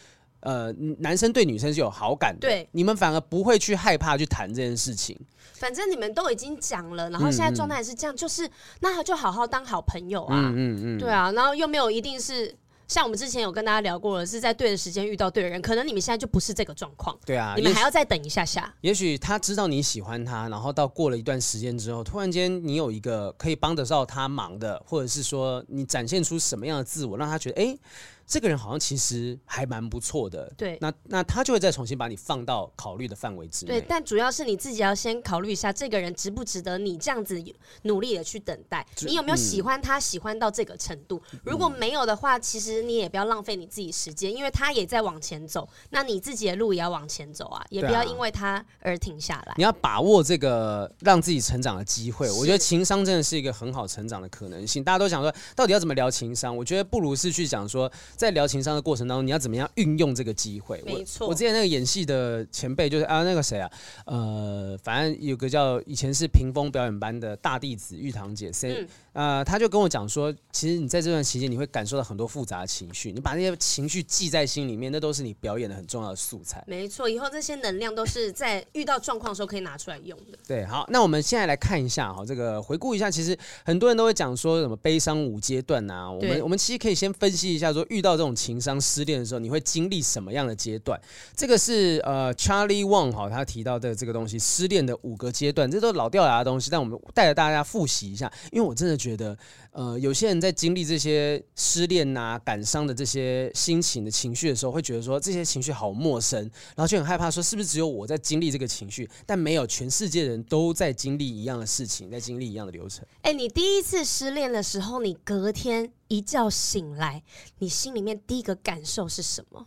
A: 呃，男生对女生是有好感的，
B: 对，
A: 你们反而不会去害怕去谈这件事情，
B: 反正你们都已经讲了，然后现在状态是这样，就是那就好好当好朋友啊，
A: 嗯嗯嗯嗯，
B: 对啊，然后又没有一定是像我们之前有跟大家聊过的，是在对的时间遇到对的人，可能你们现在就不是这个状况，
A: 对啊，
B: 你
A: 也
B: 们还要再等一下下。
A: 也许他知道你喜欢他，然后到过了一段时间之后，突然间你有一个可以帮得到他忙的，或者是说你展现出什么样的自我，让他觉得哎、诶这个人好像其实还蛮不错的。
B: 对
A: 那那他就会再重新把你放到考虑的范围之
B: 对，
A: 内。
B: 但主要是你自己要先考虑一下，这个人值不值得你这样子努力的去等待。你有没有喜欢他，喜欢到这个程度？
A: 嗯
B: 如果没有的话，其实你也不要浪费你自己时间，因为他也在往前走，那你自己的路也要往前走啊，也不
A: 对啊
B: 要因为他而停下来。
A: 你要把握这个让自己成长的机会，我
B: 是
A: 觉得情商真的是一个很好成长的可能性。大家都想说，到底要怎么聊情商？我觉得不如是去讲说，在聊情商的过程当中，你要怎么样运用这个机会。我
B: 没错
A: 我之前那个演戏的前辈就是啊，那个谁啊，呃，反正有个叫以前是屏风表演班的大弟子玉堂姐 C，、呃，
B: 嗯
A: 他就跟我讲说，其实你在这段期间，你会感受到很多复杂的情绪，你把那些情绪记在心里面，那都是你表演的很重要的素材。
B: 没错，以后这些能量都是在遇到状况的时候可以拿出来用的。
A: 对，好，那我们现在来看一下哈，这个回顾一下，其实很多人都会讲说什么悲伤五阶段啊，我们
B: 对
A: 我们其实可以先分析一下说，遇到这种情伤失恋的时候，你会经历什么样的阶段？这个是呃 Charlie Wang 哈，他提到的这个东西，失恋的五个阶段，这都是老掉牙的东西，但我们带着大家复习一下，因为我真的觉得，呃，有些人在经历这些失恋呐、感伤的这些心情的情绪的时候，会觉得说这些情绪好陌生，然后就很害怕说是不是只有我在经历这个情绪，但没有，全世界的人都在经历一样的事情，在经历一样的流程。
B: 哎、你第一次失恋的时候，你隔天一觉醒来，你心里面第一个感受是什么？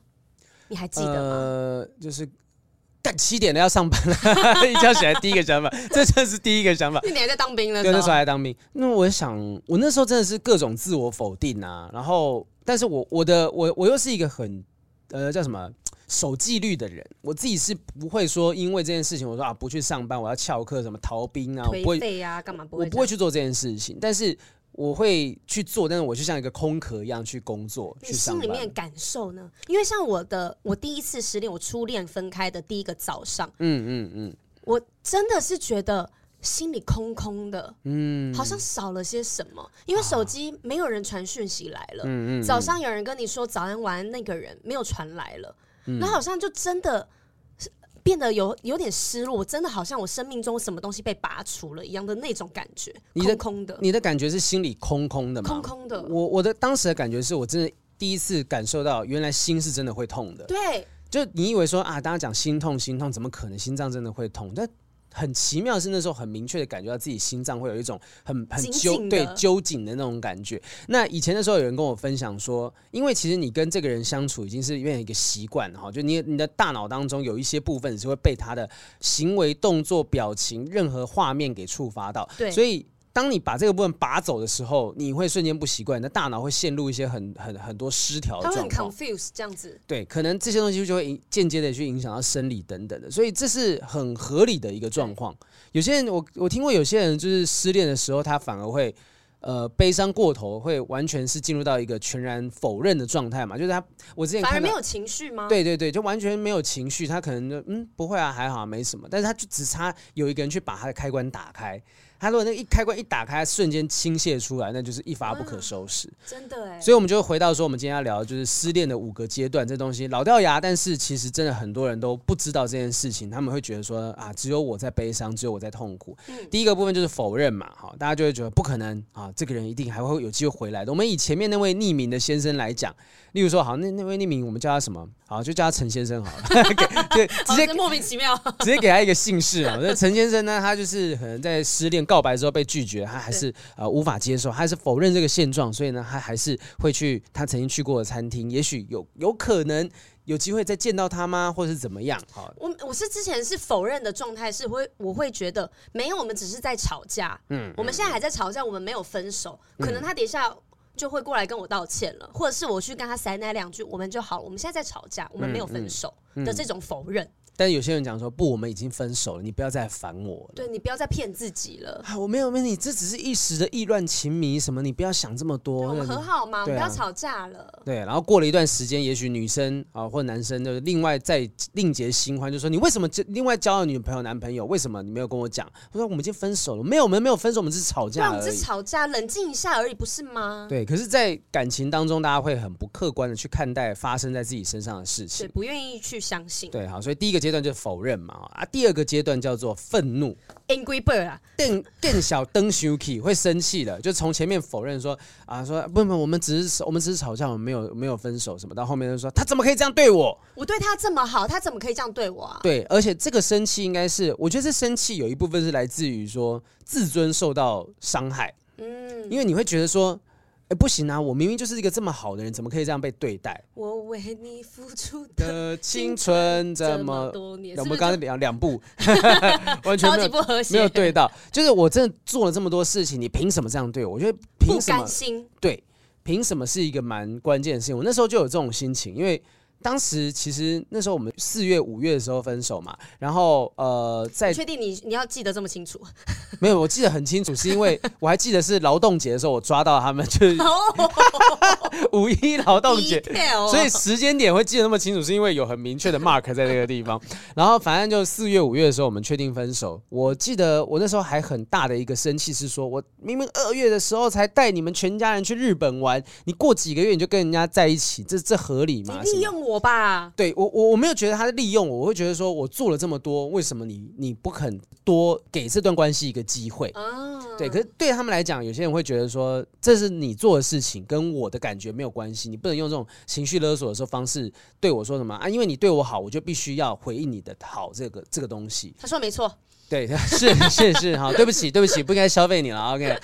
B: 你还记得吗？
A: 呃，就是干七点了要上班了， (laughs) 一觉起来第一个想法，这真的是第一个想法。
B: 那你还在当兵的
A: 对，那
B: 时
A: 时候
B: 候，
A: 还当兵。那我想，我那时候真的是各种自我否定啊。然后，但是我我的我我又是一个很呃叫什么守纪律的人，我自己是不会说因为这件事情我说啊不去上班，我要翘课什么逃兵啊，我不
B: 颓
A: 会
B: 废呀，干嘛不会？
A: 我不会，去做这件事情，但是我会去做，但是我就像一个空壳一样去工作
B: 你
A: 去上
B: 心里
A: 班。
B: 面感受呢？因为像我的，我第一次失恋，我初恋分开的第一个早上，
A: 嗯嗯嗯，
B: 我真的是觉得心里空空的，嗯，好像少了些什么。因为手机没有人传讯息来了，
A: 嗯
B: 早上有人跟你说早安晚安，那个人没有传来了，
A: 嗯
B: 那好像就真的是变得有有点失落，真的好像我生命中什么东西被拔除了一样的那种感觉，
A: 你的
B: 空空的，
A: 你的感觉是心里空空的吗？
B: 空空的，
A: 我我的当时的感觉是我真的第一次感受到，原来心是真的会痛的。
B: 对。
A: 就你以为说啊，大家讲心痛心痛，怎么可能心脏真的会痛？但很奇妙的是那时候很明确的感觉到自己心脏会有一种很很
B: 紧
A: 揪
B: 紧的
A: 对揪紧的那种感觉。那以前的时候有人跟我分享说，因为其实你跟这个人相处已经是变成一个习惯了哈，就你你的大脑当中有一些部分是会被他的行为、动作、表情、任何画面给触发到，
B: 对
A: 所以。当你把这个部分拔走的时候，你会瞬间不习惯，你的大脑会陷入一些很很很多失调的
B: 他会
A: 状
B: 很
A: 况。
B: confuse 这样子，
A: 对，可能这些东西就会影间接的去影响到生理等等的，所以这是很合理的一个状况。有些人，我我听过有些人就是失恋的时候，他反而会呃悲伤过头，会完全是进入到一个全然否认的状态嘛？就是他，我之前
B: 反而
A: 看
B: 没
A: 到。
B: 有情绪吗？，
A: 对对对，就完全没有情绪，他可能就嗯不会啊，还好啊没什么，但是他就只差有一个人去把他的开关打开，他如果那一开关一打开，瞬间倾泻出来，那就是一发不
B: 啊
A: 可收拾。
B: 真的哎、
A: 所以我们就回到说，我们今天要聊的就是失恋的五个阶段这东西老掉牙，但是其实真的很多人都不知道这件事情，他们会觉得说啊，只有我在悲伤，只有我在痛苦。第一个部分就是否认嘛，哈，大家就会觉得不可能啊，这个人一定还会有机会回来的。我们以前面那位匿名的先生来讲，例如说，好，那那位匿名我们叫他什么？好，就叫他陈先生好了， (laughs) 给就直
B: 好
A: 接
B: 像哦莫名其妙，
A: (laughs) 直接给他一个姓氏啊。那陈先生呢，他就是可能在失恋告白之后被拒绝，他还是呃无法接受，他还是否认这个现状，所以呢，他还是会去他曾经去过的餐厅，也许有有可能有机会再见到他吗，或者是怎么样？好，
B: 我我是之前是否认的状态，是会我会觉得没有，我们只是在吵架，嗯，我们现在还在吵架，我们没有分手，可
A: 嗯
B: 能他等一下就会过来跟我道歉了，或者是我去跟他塞那两句，我们就好了，我们现在在吵架，我们没有
A: 嗯
B: 分手的这种否认，
A: 但有些人讲说不，我们已经分手了，你不要再烦我了。
B: 对你不要再骗自己了。
A: 啊，我没有问你，这只是一时的意乱情迷，什么你不要想这么
B: 对
A: 多。
B: 我们
A: 那
B: 和
A: 你
B: 好嘛，我们
A: 对
B: 不
A: 啊
B: 要吵架了。
A: 对，然后过了一段时间，也许女生啊、或男生就是另外再另结新欢，就说你为什么交另外交了女朋友男朋友，为什么你没有跟我讲？我说我们已经分手了，没有，我们没有分手，我们只是吵
B: 不然
A: 架
B: 啊我们
A: 而
B: 只
A: 已
B: 是。吵架，冷静一下而已，不是吗？
A: 对，可是，在感情当中，大家会很不客观的去看待发生在自己身上的事
B: 对，
A: 情。
B: 不愿意去相信
A: 对，好，所以第一个阶段就是否认嘛，啊，第二个阶段叫做愤怒，
B: Angry Bird 啊，
A: 更更小灯 s h k 会生气的，就从前面否认说啊，说不不，我们只是我们只是吵架，我们没有没有分手什么，到后面就说他怎么可以这样对我？
B: 我对他这么好，他怎么可以这样对我啊？
A: 对，而且这个生气应该是，我觉得这生气有一部分是来自于说自尊受到伤害，
B: 嗯，
A: 因为你会觉得说，哎、不行啊，我明明就是一个这么好的人，怎么可以这样被对待？
B: 我为你付出的
A: (laughs) 的青春怎么？
B: 多年，
A: 我
B: 是不
A: 们
B: 是
A: 刚
B: 就
A: 刚两两
B: (laughs)
A: 步，完全
B: 超
A: 没
B: 级
A: 有
B: 不和谐？
A: 没有，对到，就是我真的做了这么多事情，你凭什么这样对我？我觉得
B: 不
A: 凭什么
B: 甘？心，
A: 对，凭什么是一个蛮关键的事情？我那时候就有这种心情，因为当时其实那时候我们四月、五月的时候分手嘛，然后呃，在
B: 你确定你你要记得这么
A: (laughs)
B: 清楚？
A: 没有，我记得很清楚，是因为 (laughs) 我还记得是劳动节的时候，我抓到他们， (laughs) 就是
B: 哦，
A: 五一哦劳动节。
B: detail，
A: 所以时间点会记得那么清楚，是因为有很明确的 mark 在这个地 (laughs) 方。然后反正就四月、五月的时候，我们确定分手。我记得我那时候还很大的一个生气是说，我明明二月的时候才带你们全家人去日本玩，你过几个月你就跟人家在一起，这 (laughs) 这合理
B: 你
A: 吗？什
B: 利
A: 么
B: 用我吧，
A: 对我我我没有觉得他是利用我，我会觉得说我做了这么多，为什么你你不肯多给这段关系一个机会？
B: 啊，
A: 对，可是对他们来讲，有些人会觉得说，这是你做的事情，跟我的感觉没有关系，你不能用这种情绪勒索的时候方式对我说什么啊，因为你对我好，我就必须要回应你的好这个这个东西。
B: 他说没错，
A: 对， (laughs) 是是是，好，对不起，对不起，不应该消费你了，OK。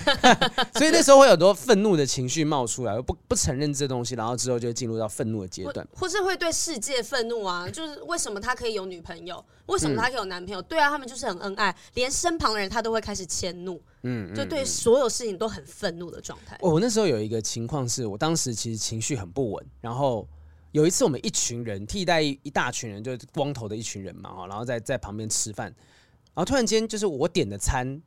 A: 所以那时候会有很多愤怒的情绪冒出来，不不承认这东西，然后之后就进入到愤怒的阶
B: 或
A: 段。
B: 或是会对世界愤怒啊，就是为什么他可以有女朋友，
A: 嗯
B: 为什么他可以有男朋友？对啊，他们就是很恩爱，连身旁的人他都会开始迁怒，嗯，就对所有事情都很愤怒的状态。
A: 哦我我那时候有一个情况是，我当时其实情绪很不稳，然后有一次我们一群人替代一一大群人，就是光头的一群人嘛，哈，然后在在旁边吃饭，然后突然间就是我点的餐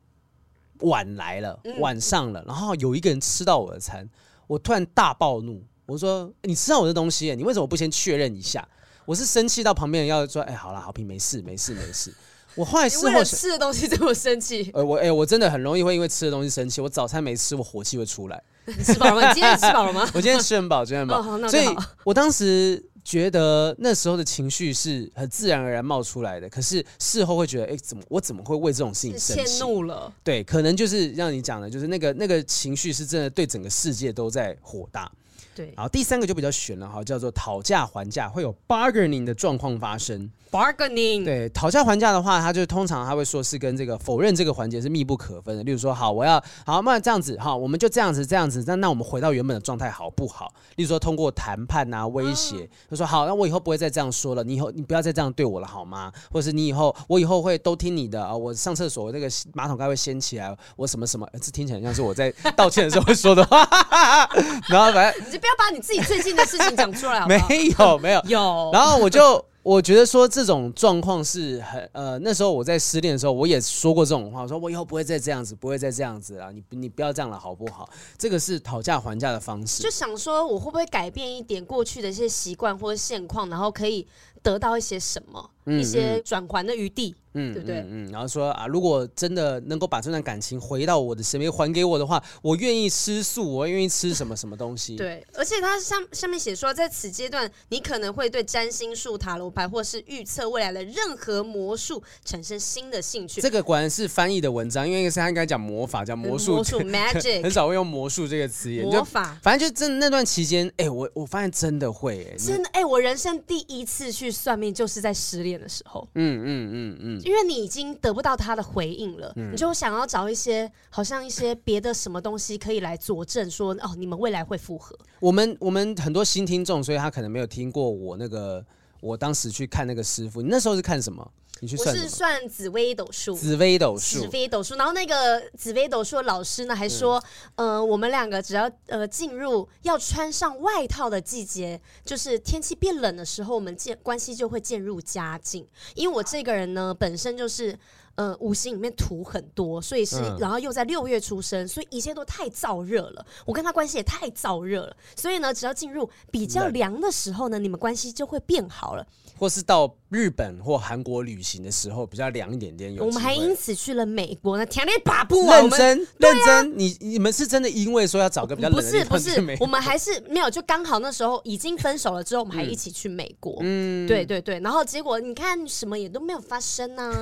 A: 晚来了，
B: 嗯
A: 晚上了，然后有一个人吃到我的餐，我突然大暴怒，我说你吃到我的东西耶，你为什么不先确认一下？我是生气到旁边人要说，哎、好啦，好评，没事，没事，没事。我后来
B: 你
A: 事
B: 为
A: 后
B: 了
A: 想，
B: 吃的东西这么生气，
A: 呃，我哎、我真的很容易会因为吃的东西生气。我早餐没吃，我火气会出来。
B: 你吃饱了吗？你今天吃
A: (laughs)
B: 饱了吗？
A: 我今天吃很饱，今天很饱，
B: 哦好那就
A: 所以
B: 好 (laughs)
A: 我当时觉得那时候的情绪是很自然而然冒出来的，可是事后会觉得，哎、怎么我怎么会为这种事情
B: 是
A: 生
B: 迁
A: 气？
B: 怒了，
A: 对，可能就是让你讲的，就是那个那个情绪是真的对整个世界都在火大。
B: 对
A: 然后第三个就比较悬了哈，叫做讨价还价，会有 bargaining 的状况发生。
B: ，bargaining，
A: 对，讨价还价的话，他就通常他会说是跟这个否认这个环节是密不可分的。例如说，好，我要好，那这样子，好，我们就这样子，这样子，那那我们回到原本的状态好不好？例如说，通过谈判啊、威胁，
B: 嗯
A: 就说好，那我以后不会再这样说了，你以后你不要再这样对我了，好吗？或者是你以后我以后会都听你的啊、我上厕所我那个马桶盖会掀起来，我什么什么，呃这听起来像是我在道歉的时候会说的话， (laughs) 然后反正
B: 你就不要把你自己最近的事情讲出来好不
A: (laughs)
B: 好？
A: 没有没有，
B: 有，
A: 然后我就。我觉得说这种状况是很呃，那时候我在失恋的时候，我也说过这种话，我说我以后不会再这样子，不会再这样子啊，你你不要这样了，好不好？这个是讨价还价的方式
B: 就。想说我会不会改变一点过去的一些习惯或者现况，然后可以得到一些什么，一些转圜的余地。
A: 嗯，
B: 对不对
A: 嗯，嗯然后说啊，如果真的能够把这段感情回到我的身边，还给我的话，我愿意吃素，我愿意吃什么什么东西。，
B: 对，而且它上上面写说，在此阶段，你可能会对占星术、塔罗牌或是预测未来的任何魔术产生新的兴趣。
A: 这个果然是翻译的文章，因为是他应该讲魔法，讲魔术，
B: 魔
A: (laughs)
B: 术
A: 很
B: magic
A: 少会用魔术这个词 (laughs) 眼。
B: 魔
A: 就
B: 法，
A: 反正就真的那段期间，哎、我我发现真的会、哎，
B: 真的哎、我人生第一次去算命就是在失恋的时候，
A: 嗯嗯嗯嗯，
B: 因为你已经得不到他的回应了，你就想要找一些好像一些别的什么东西可以来佐证说，哦，你们未来会复合。
A: 我们我们很多新听众，所以他可能没有听过我那个，我当时去看那个师傅，你那时候是看什么？你去
B: 我
A: 算什
B: 是
A: 么？
B: 算紫微斗数。
A: 紫微斗
B: 紫
A: 数。
B: 微斗数，然后那个紫微斗数的老师呢，还说，
A: 嗯
B: 呃，我们两个只要呃进入要穿上外套的季节，就是天气变冷的时候，我们渐关系就会渐入佳境。因为我这个人呢，本身就是呃五行里面土很多，所以是、
A: 嗯
B: 然后又在六月出生，所以一切都太燥热了。我跟他关系也太燥热了，所以呢，只要进入比较
A: 冷
B: 凉的时候呢，你们关系就会变好了。
A: 或是到日本或韩国旅行的时候比较凉一点点，有
B: 我们还
A: 机会
B: 因此去了美国呢，强烈把不啊，
A: 认
B: 我们
A: 真认真，你你们是真的因为说要找个比较冷
B: 不
A: 的
B: 是
A: 地
B: 不
A: 方去
B: 是
A: 美，
B: 我们还是没有，就刚好那时候已经分手了之后，我们还一起去美国。嗯，对对对，然后结果你看什么也都没有发生
A: (laughs)
B: 啊，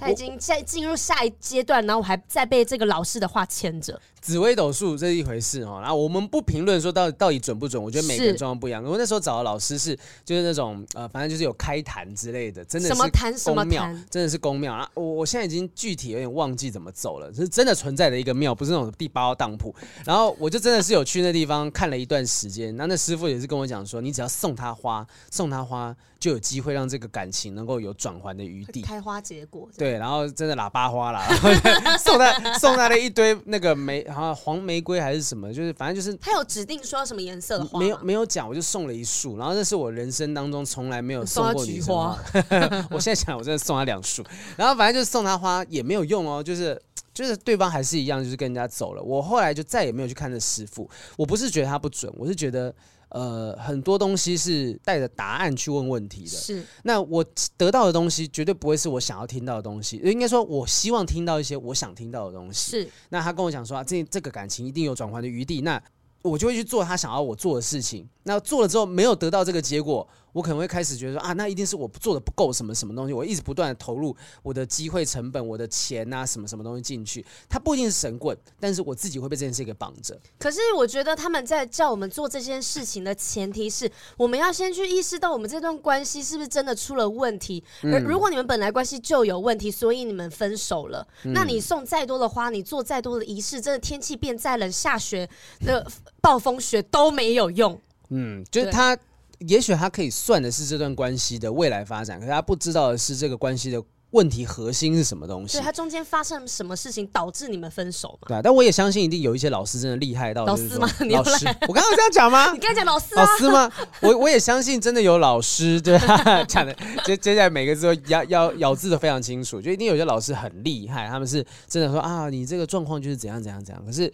B: 他已经在进入下一阶段，然后我还在被这个老师的话牵着。
A: 紫微斗数这一回事哦，然后我们不评论说到底到底准不准，我觉得每个人
B: 是
A: 状况不一样。我那时候找的老师是就是那种呃，反正就是有开坛之类的，真的是
B: 什么坛什么
A: 宫庙
B: 坛，
A: 真的是宫庙。然后我我现在已经具体有点忘记怎么走了，是真的存在的一个庙，不是那种第八号当铺。然后我就真的是有去那地方看了一段时间，那那师傅也是跟我讲说，你只要送他花，送他花就有机会让这个感情能够有转圜的余地。
B: 开花结果，
A: 对，然后真的喇叭花啦，然 (laughs) 后送他送他了一堆那个玫，好像黄玫瑰还是什么，就是反正就是
B: 他有指定说什么颜色的花吗
A: 没有没有讲，我就送了一束。然后那是我人生当中从来没有送
B: 送他
A: 过女
B: 菊
A: 生花
B: 花。
A: (laughs) 我现在想，我真的送他两束。然后反正就是送他花也没有用哦，就是。就是对方还是一样，就是跟人家走了。我后来就再也没有去看这师傅。我不是觉得他不准，我是觉得，呃，很多东西是带着答案去问问题的。
B: 是
A: 那我得到的东西绝对不会是我想要听到的东西，应该说我希望听到一些我想听到的东西。
B: 是，
A: 那他跟我讲说、啊、这这个感情一定有转换的余地，那我就会去做他想要我做的事情。那做了之后没有得到这个结果，我可能会开始觉得说啊，那一定是我做的不够什么什么东西，我一直不断的投入我的机会成本、我的钱啊什么什么东西进去，它不一定是神棍，但是我自己会被这件事给绑着。
B: 可是我觉得他们在叫我们做这件事情的前提是，我们要先去意识到我们这段关系是不是真的出了问题。而如果你们本来关系就有问题，所以你们分手了，那你送再多的花，你做再多的仪式，真的天气变再冷、下雪、呃、暴风雪都没有用。
A: 嗯，就是
B: 对
A: 他，也许他可以算的是这段关系的未来发展，可是他不知道的是这个关系的问题核心是什么东西
B: 所以。它中间发生什么事情导致你们分手嘛？
A: 对啊，但我也相信一定有一些老师真的厉害到
B: 老
A: 就是
B: 师
A: 说
B: 吗你
A: 老
B: 又来
A: 师，我刚刚有这样讲吗
B: (laughs) 你？刚才讲老师啊
A: 老，师吗？我我也相信真的有老师，对啊，讲的接接下来每个字都 (laughs) 咬咬咬字的非常清楚，就一定有些老师很厉害，他们是真的说啊，你这个状况就是怎样怎样怎样。可是，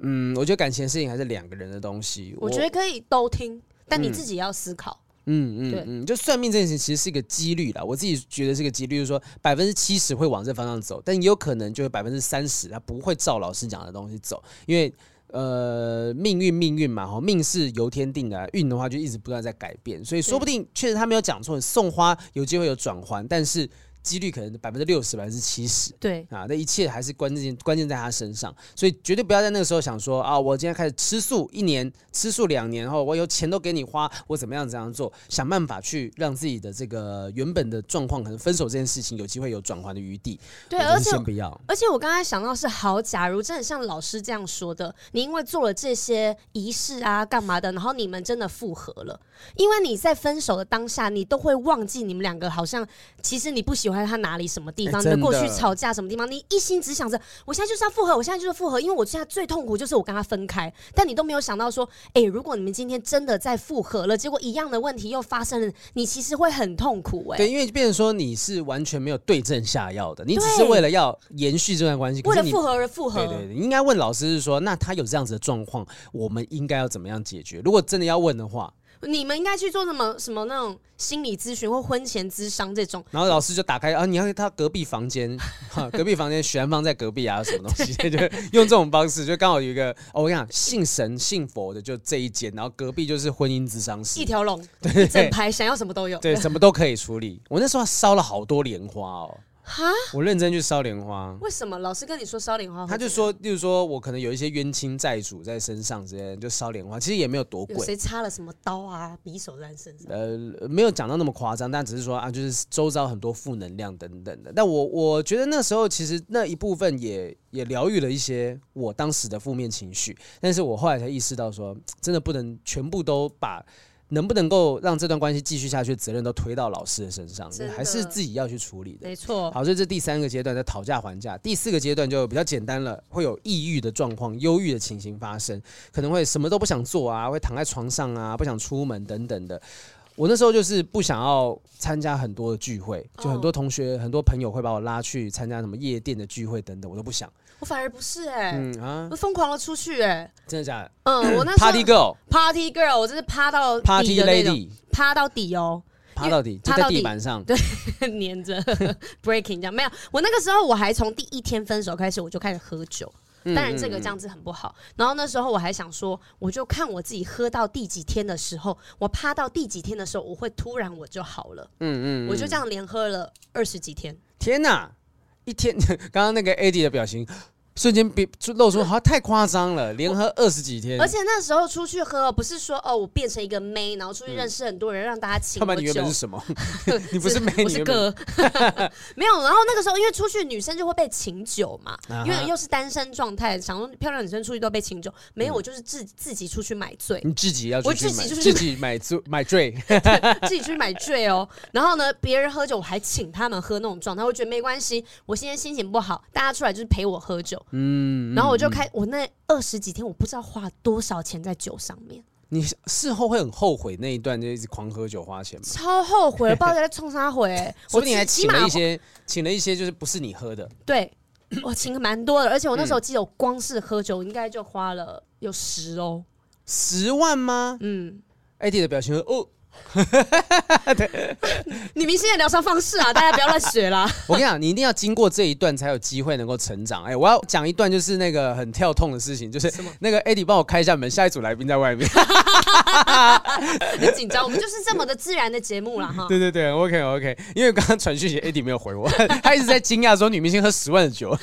A: 嗯，我觉得感情的事情还是两个人的东西。
B: 我觉得可以都听，但你自己也要思考。
A: 嗯嗯
B: 对
A: 嗯，就算命这件事情其实是一个几率啦，我自己觉得是个几率，就是说百分之七十会往这方向走，但也有可能就是百分之三十他不会照老师讲的东西走，因为呃命运命运嘛，哈命是由天定的啊、运的话就一直不断在改变，所以说不定确实他没有讲错，送花有机会有转还，但是几率可能百分之六十百分之七十。
B: 对，
A: 啊，那一切还是关键关键在他身上，所以绝对不要在那个时候想说啊，我今天开始吃素一年，吃素两年后，我有钱都给你花，我怎么样怎样做，想办法去让自己的这个原本的状况，可能分手这件事情有机会有转圜的余地。
B: 对，
A: 我觉得
B: 而且
A: 先不要，
B: 而且我刚才想到是，好，假如真的像老师这样说的，你因为做了这些仪式啊，干嘛的，然后你们真的复合了，因为你在分手的当下，你都会忘记你们两个好像其实你不喜欢他他哪里什么地方，
A: 哎
B: 你
A: 真
B: 们
A: 的
B: 过去吵架什么地方，你一心只想着我现在就是要复合，我现在就是复合，因为我现在最痛苦就是我跟他分开，但你都没有想到说，哎、如果你们今天真的在复合了，结果一样的问题又发生了，你其实会很痛苦哎、
A: 对，因为变成说你是完全没有对症下药的，你只是
B: 对
A: 为了要延续这段关系，可
B: 为
A: 是
B: 了
A: 你
B: 复合而复合，
A: 对对对，应该问老师是说，那他有这样子的状况，我们应该要怎么样解决？如果真的要问的话，
B: 你们应该去做什么什么那种心理咨询或婚前咨商这种，
A: 然后老师就打开啊，你要他隔壁房间， (laughs) 哈，隔壁房间许安芳在隔壁啊，什么东西， (laughs) 就用这种方式，就刚好有一个哦，我跟你讲，信神信佛的就这一间，然后隔壁就是婚姻智商室
B: 一，条龙，一整排，想要什么都有。
A: 对，什么都可以处理。我那时候烧了好多莲花哦，
B: 哈，
A: 我认真去烧莲花。
B: 为什么老师跟你说烧莲花会怎样？
A: 他就说，例如说我可能有一些冤亲债主在身上之类的，就烧莲花，其实也没有多
B: 有
A: 贵，
B: 谁插了什么刀啊、匕首在身上？
A: 呃，没有讲到那么夸张，但只是说啊，就是周遭很多负能量等等的。但我我觉得那时候其实那一部分也也疗愈了一些我当时的负面情绪，但是我后来才意识到说，真的不能全部都把能不能够让这段关系继续下去的责任都推到老师的身上
B: 真，的
A: 还是自己要去处理的。
B: 没错，
A: 好，所以这第三个阶段在讨价还价，第四个阶段就比较简单了，会有抑郁的状况、忧郁的情形发生，可能会什么都不想做啊，会躺在床上啊，不想出门等等的。我那时候就是不想要参加很多的聚会，就
B: 哦
A: 很多同学、很多朋友会把我拉去参加什么夜店的聚会等等，我都不想。
B: 我反而不是哎、
A: 嗯啊，
B: 我疯狂的出去哎、
A: 真的假的
B: 嗯，我那时候
A: ？Party girl、
B: party girl，我真是趴到底
A: Party
B: 的那种
A: lady，
B: 趴到底哦，
A: 趴到底，就
B: 趴
A: 在
B: 到
A: 地
B: 底
A: 板上。
B: (laughs) 黏着 breaking 这样没有。我那个时候我还从第一天分手开始我就开始喝酒，
A: 嗯
B: 当然这个这样子很不好。然后那时候我还想说，我就看我自己喝到第几天的时候，我趴到第几天的时候，我会突然我就好了。嗯嗯，我就这样连喝了二十几天。
A: 天哪，一天！ (laughs) 刚刚那个 AD 的表情，瞬间比露出好像太夸张了，连喝二十几天
B: 而。且那时候出去喝，不是说哦，我变成一个妹，然后出去认识很多人，让大家请
A: 要不
B: 我
A: 然你原本
B: 酒
A: 是。什
B: (laughs)
A: 么？你不是美
B: 我
A: 女
B: 是
A: 原本
B: 哥， (laughs) 没有。然后那个时候，因为出去女生就会被请酒嘛，
A: 啊哈
B: 因为又是单身状态，想说漂亮女生出去都被请酒，没有，我就是自自己出去买醉，
A: 你自己要出
B: 我
A: 去
B: 自己
A: 买，
B: 就是
A: 自己买醉买醉，
B: 自己去买醉哦。 (laughs) 然后呢，别人喝酒我还请他们喝那种状态，我觉得没关系，我现在心情不好，大家出来就是陪我喝酒。嗯，然后我就开，我那二十几天我不知道花多少钱在酒上面。
A: 你事后会很后悔那一段就一直狂喝酒花钱吗？
B: 超后悔，不知道在冲啥回、 (laughs)
A: 说
B: 我
A: 不定还
B: 起
A: 请
B: 起
A: 了
B: 码
A: 一些，请了一些就是不是你喝的，
B: 对， (clears throat) 我请蛮多的，而且我那时候记得，我光是喝酒应该就花了有十哦。
A: 十万吗
B: 嗯，
A: ？AD 的表情哦，
B: 你明星的疗伤方式啊，大家不要乱
A: (laughs)
B: 学啦。
A: 我跟你讲，你一定要经过这一段才有机会能够成长。哎、我要讲一段就是那个很跳痛的事情，就是那个 AD 帮我开一下门，下一组来宾在外面。
B: 很紧张，我们就是这么的自然的节目啦哈。
A: (laughs) 对对对，OK OK，因为刚刚传讯息 AD 没有回我，他一直在惊讶说女明星喝十万的酒。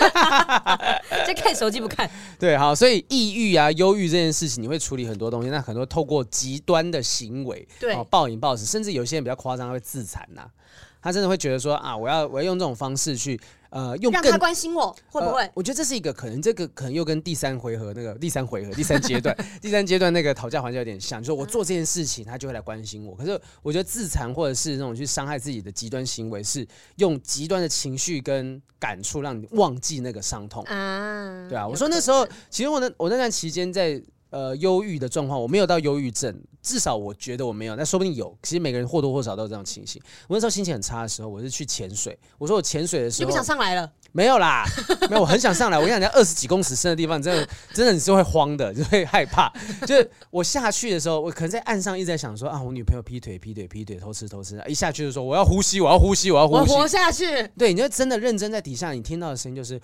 B: 在看手机不看，
A: 对，好，所以抑郁啊、忧郁这件事情，你会处理很多东西，那很多透过极端的行为，
B: 对
A: 哦暴饮暴食，甚至有些人比较夸张，他会自残呐、他真的会觉得说啊，我要我要用这种方式去呃，用
B: 让
A: 更
B: 他关心我会不会
A: 呃？我觉得这是一个可能，这个可能又跟第三回合那个第三
B: (laughs)
A: 回合第三阶段第三阶段那个讨价还价有点像，就是我做这件事情，他就会来关心我。可是我觉得自残或者是那种去伤害自己的极端行为，是用极端的情绪跟感触让你忘记那个伤痛。
B: 啊，
A: 对啊，
B: 有
A: 我说
B: 可
A: 那时候
B: 能，
A: 其实我那我那段期间在呃忧郁的状况，我没有到忧郁症，至少我觉得我没有，但说不定有。其实每个人或多或少都有这种情形。我那时候心情很差的时候，我是去潜水。我说我潜水的时
B: 你
A: 候
B: 不想上来了，
A: 没有啦，没有，我很想上来。我跟你讲，在二十几公尺深的地方，你真的真的你是会慌的，就会害怕。 (laughs) 就是我下去的时候，我可能在岸上一直在想说啊，我女朋友劈腿劈腿劈腿，偷吃偷吃。一下去就说我要呼吸，我要呼吸，我要呼
B: 我
A: 吸，
B: 活下去，
A: 对，你就真的认真在底下，你听到的声音就是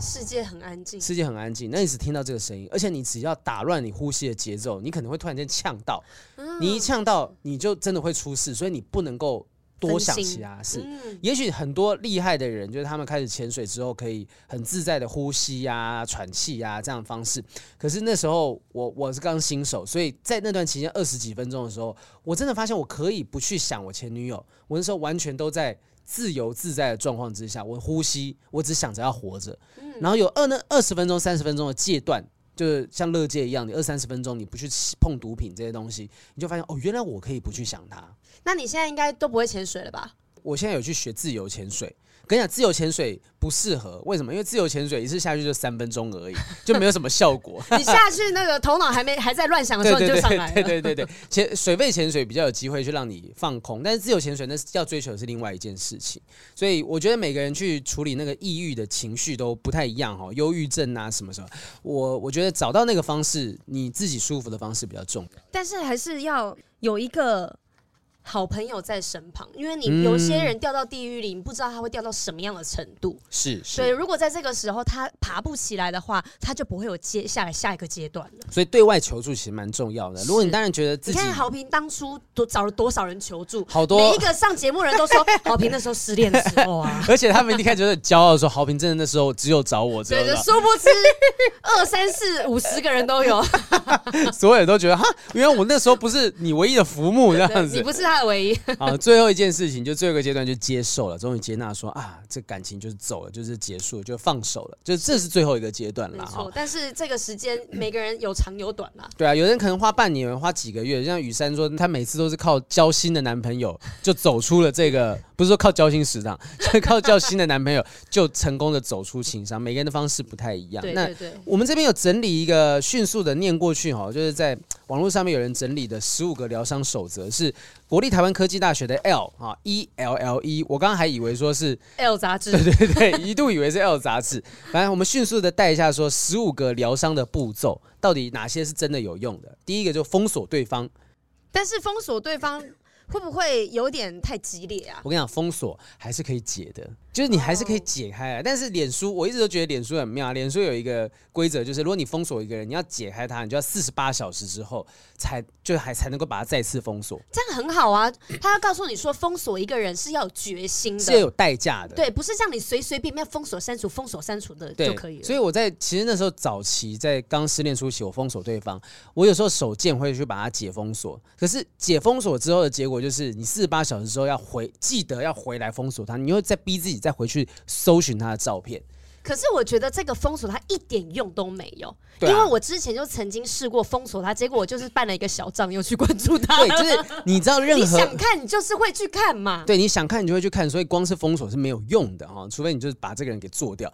B: 世界很安静。
A: 世界很安静，那你只听到这个声音，而且你只要打乱你呼吸的节奏，你可能会突然间呛到。
B: 嗯
A: 你一呛到，你就真的会出事，所以你不能够多想
B: 分心
A: 其他事。
B: 嗯，
A: 也许很多厉害的人，就是他们开始潜水之后，可以很自在的呼吸呀、喘气呀、这样的方式。可是那时候我我是刚新手，所以在那段期间二十几分钟的时候，我真的发现我可以不去想我前女友，我那时候完全都在自由自在的状况之下，我呼吸，我只想着要活着。然后有二那二十分钟、三十分钟的戒断。就是像乐界一样，你二三十分钟你不去吃碰毒品这些东西，你就发现哦，原来我可以不去想它。
B: 那你现在应该都不会潜水了吧？
A: 我现在有去学自由潜水，跟你讲，自由潜水不适合，为什么？因为自由潜水一次下去就三分钟而已，就没有什么效
B: (laughs)
A: 果。
B: 你下去那个头脑还没还在乱想的
A: 对
B: 时候，你
A: 对对
B: 就上来
A: 对
B: 了。
A: 对对对，潜水肺潜水比较有机会去让你放空，但是自由潜水那是要追求的是另外一件事情，所以我觉得每个人去处理那个抑郁的情绪都不太一样哈、哦，忧郁症啊什么什么，我我觉得找到那个方式，你自己舒服的方式比较重要。
B: 但是还是要有一个好朋友在身旁，因为
A: 嗯
B: 你有些人掉到地狱里，你不知道他会掉到什么样的程度。
A: 是是
B: 所以，如果在这个时候他爬不起来的话，他就不会有接下来下一个阶段了。
A: 所以对外求助其实蛮重要的。如果你
B: 是
A: 当然觉得自
B: 你
A: 己
B: 看好评当初多找了多少人求助，
A: 好
B: 每
A: 多
B: 一，个上节目人都说好评那时候失恋的时候啊
A: (laughs)，
B: (laughs)
A: 而且他们一开始就很骄傲地说，豪平真的那时候只有找我，只有
B: 对，就
A: 找
B: 殊不知二三四五十个人都
A: (laughs)
B: 有，
A: 我 (laughs) 所有人都觉得哈，原来我那时候不是你唯一的浮木这样 (laughs)
B: 你
A: 子
B: 不是他的唯一。
A: 啊。最后一件事情，就最后一个阶段就接受了，终于接纳说啊，这感情就是走了，就是结束了，就放手了，就这是最后一个阶段
B: 没
A: 了哈
B: 错，。但是这个时间每个人有长有短啦。
A: 对啊，有人可能花半年，有人花几个月。像雨珊说，她每次都是靠交新的男朋友就走出了这个，不是说靠交心食堂，就是靠交新的男朋友就成功的走出情商。每个人的方式不太一样。
B: 对
A: 那
B: 对对，
A: 我们这边有整理一个迅速的念过去哈，就是在网络上面有人整理的十五个疗伤守则，是国立台湾科技大学的 L 啊 E L L E，我刚刚还以为说是
B: L 杂志，
A: 对对，一度以为是 L 杂志。反正我们迅速的带一下说十五个疗伤的步骤，到底哪些是真的有用的？第一个就封锁对方，
B: 但是封锁对方 (laughs) 会不会有点太激烈啊？
A: 我跟你讲，封锁还是可以解的，就是你还是可以解开啊
B: 哦
A: 来。但是脸书，我一直都觉得脸书很妙啊。脸书有一个规则，就是如果你封锁一个人，你要解开他，你就要四十八小时之后才就还才能够把他再次封锁，
B: 这样很好啊，他要告诉你说，封锁一个人是要有决心
A: 是要
B: 的，
A: 有代价的。
B: 嗯对，不是像你随随便便封锁删除、封锁删除的
A: 对，
B: 就可以
A: 所
B: 了。
A: 以我在其实那时候早期在刚失恋初期，我封锁对方，我有时候手贱会去把它解封锁。可是解封锁之后的结果就是，你四十八小时之后要回，记得要回来封锁他，你又再逼自己再回去搜寻他的照
B: (laughs)
A: 片。
B: 可是我觉得这个封锁他一点用都没有，
A: 对啊
B: 因为我之前就曾经试过封锁他，结果我就是办了一个小账，又去关
A: (laughs)
B: 注他。
A: 对，就是你知道任
B: 你
A: 何
B: 想看，你就是会去看嘛。
A: 对，你想看你就会去看，所以光是封锁是没有用的哈，除非你就是把这个人给做掉。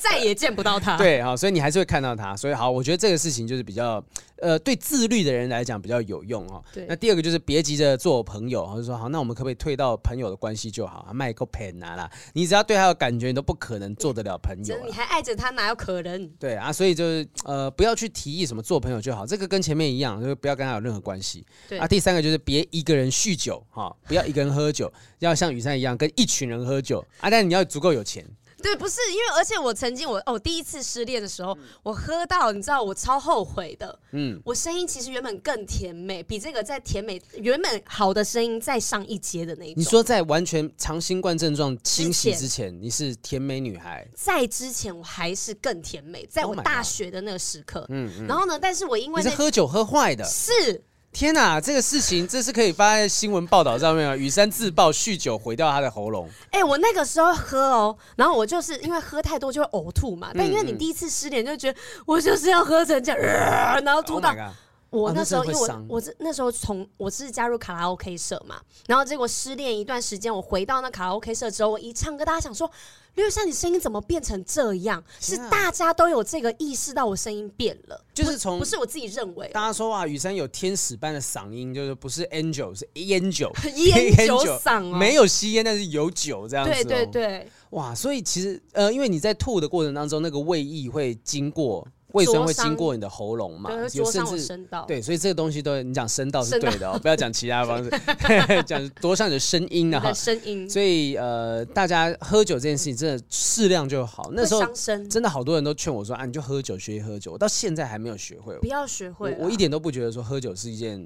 B: 再也见不到他。
A: 对哈，所以你还是会看到他。所以好，我觉得这个事情就是比较，呃，对自律的人来讲比较有用哈。
B: 对
A: 那第二个就是别急着做朋友，哈，就说好，那我们可不可以退到朋友的关系就好？卖个 pen 啊啦，你只要对他有感觉，你都不可能做得了朋友
B: 真的，你
A: 了。
B: 还爱着他，哪有可能？
A: 对啊，所以就是呃，不要去提议什么做朋友就好，这个跟前面一样，就是不要跟他有任何关系。
B: 对
A: 啊，第三个就是别一个人酗酒哈、不要一个人喝酒，要像雨珊一样跟一群人喝酒啊，但你要足够有钱。
B: 对，不是因为，而且我曾经我哦第一次失恋的时候，我喝到你知道我超后悔的，
A: 嗯
B: 嗯，我声音其实原本更甜美，比这个再甜美，原本好的声音再上一阶的那一种。
A: 你说在完全长新冠症状清洗之
B: 之前
A: 前，你是甜美女孩，
B: 在之前我还是更甜美，在
A: Oh
B: 我
A: my
B: 大
A: God
B: 学的那个时刻，
A: 嗯
B: 然后呢，但是我因
A: 你
B: 为
A: 是
B: 那
A: 喝酒喝坏的。
B: 是
A: 天哪、这个事情这是可以发在新闻报道上面啊！雨珊自曝酗酒毁掉她的喉咙，
B: 哎、我那个时候喝哦，然后我就是因为喝太多就会呕吐嘛，但因为
A: 嗯
B: 你第一次失恋就觉得我就是要喝成这样，呃然后吐
A: Oh
B: 到
A: my god！
B: 我
A: 哦
B: 那
A: 那
B: 时
A: 真
B: 候
A: 的
B: 因
A: 会
B: 为我
A: 伤
B: 我是那时候从我是加入卡拉 OK 社嘛，然后结果失恋一段时间，我回到那卡拉 OK 社之后，我一唱歌，大家想说刘珊你声音怎么变成这样？是
A: 天啊
B: 大家都有这个意识到我声音变了，
A: 就是
B: 不
A: 从
B: 不是我自己认为
A: 大家说哇，雨珊有天使般的嗓音，就是不是 angel 是 (laughs) 烟
B: (laughs)
A: 酒，
B: 烟酒嗓哦，
A: 没有吸烟，但是有酒这样子、哦
B: 对对，对，
A: 哇，所以其实呃，因为你在吐的过程当中，那个胃液会经过胃酸
B: 灼
A: 会
B: 伤
A: 经过你的喉咙嘛
B: 对，会，
A: 有
B: 灼
A: 甚
B: 伤我
A: 至
B: 声道，
A: 对，所以这个东西都你讲声道是
B: 声道
A: 对的哦，不要讲其他方式， (laughs) 讲多上你的声音
B: 你
A: 啊
B: 的。声音
A: 所以呃，大家喝酒这件事情真的适量就好。那
B: 会
A: 时候
B: 伤身，
A: 真的好多人都劝我说啊，你就喝酒，学习喝酒。我到现在还没有学会，
B: 不要学会啊
A: 我
B: 啦，
A: 我一点都不觉得说喝酒是一件，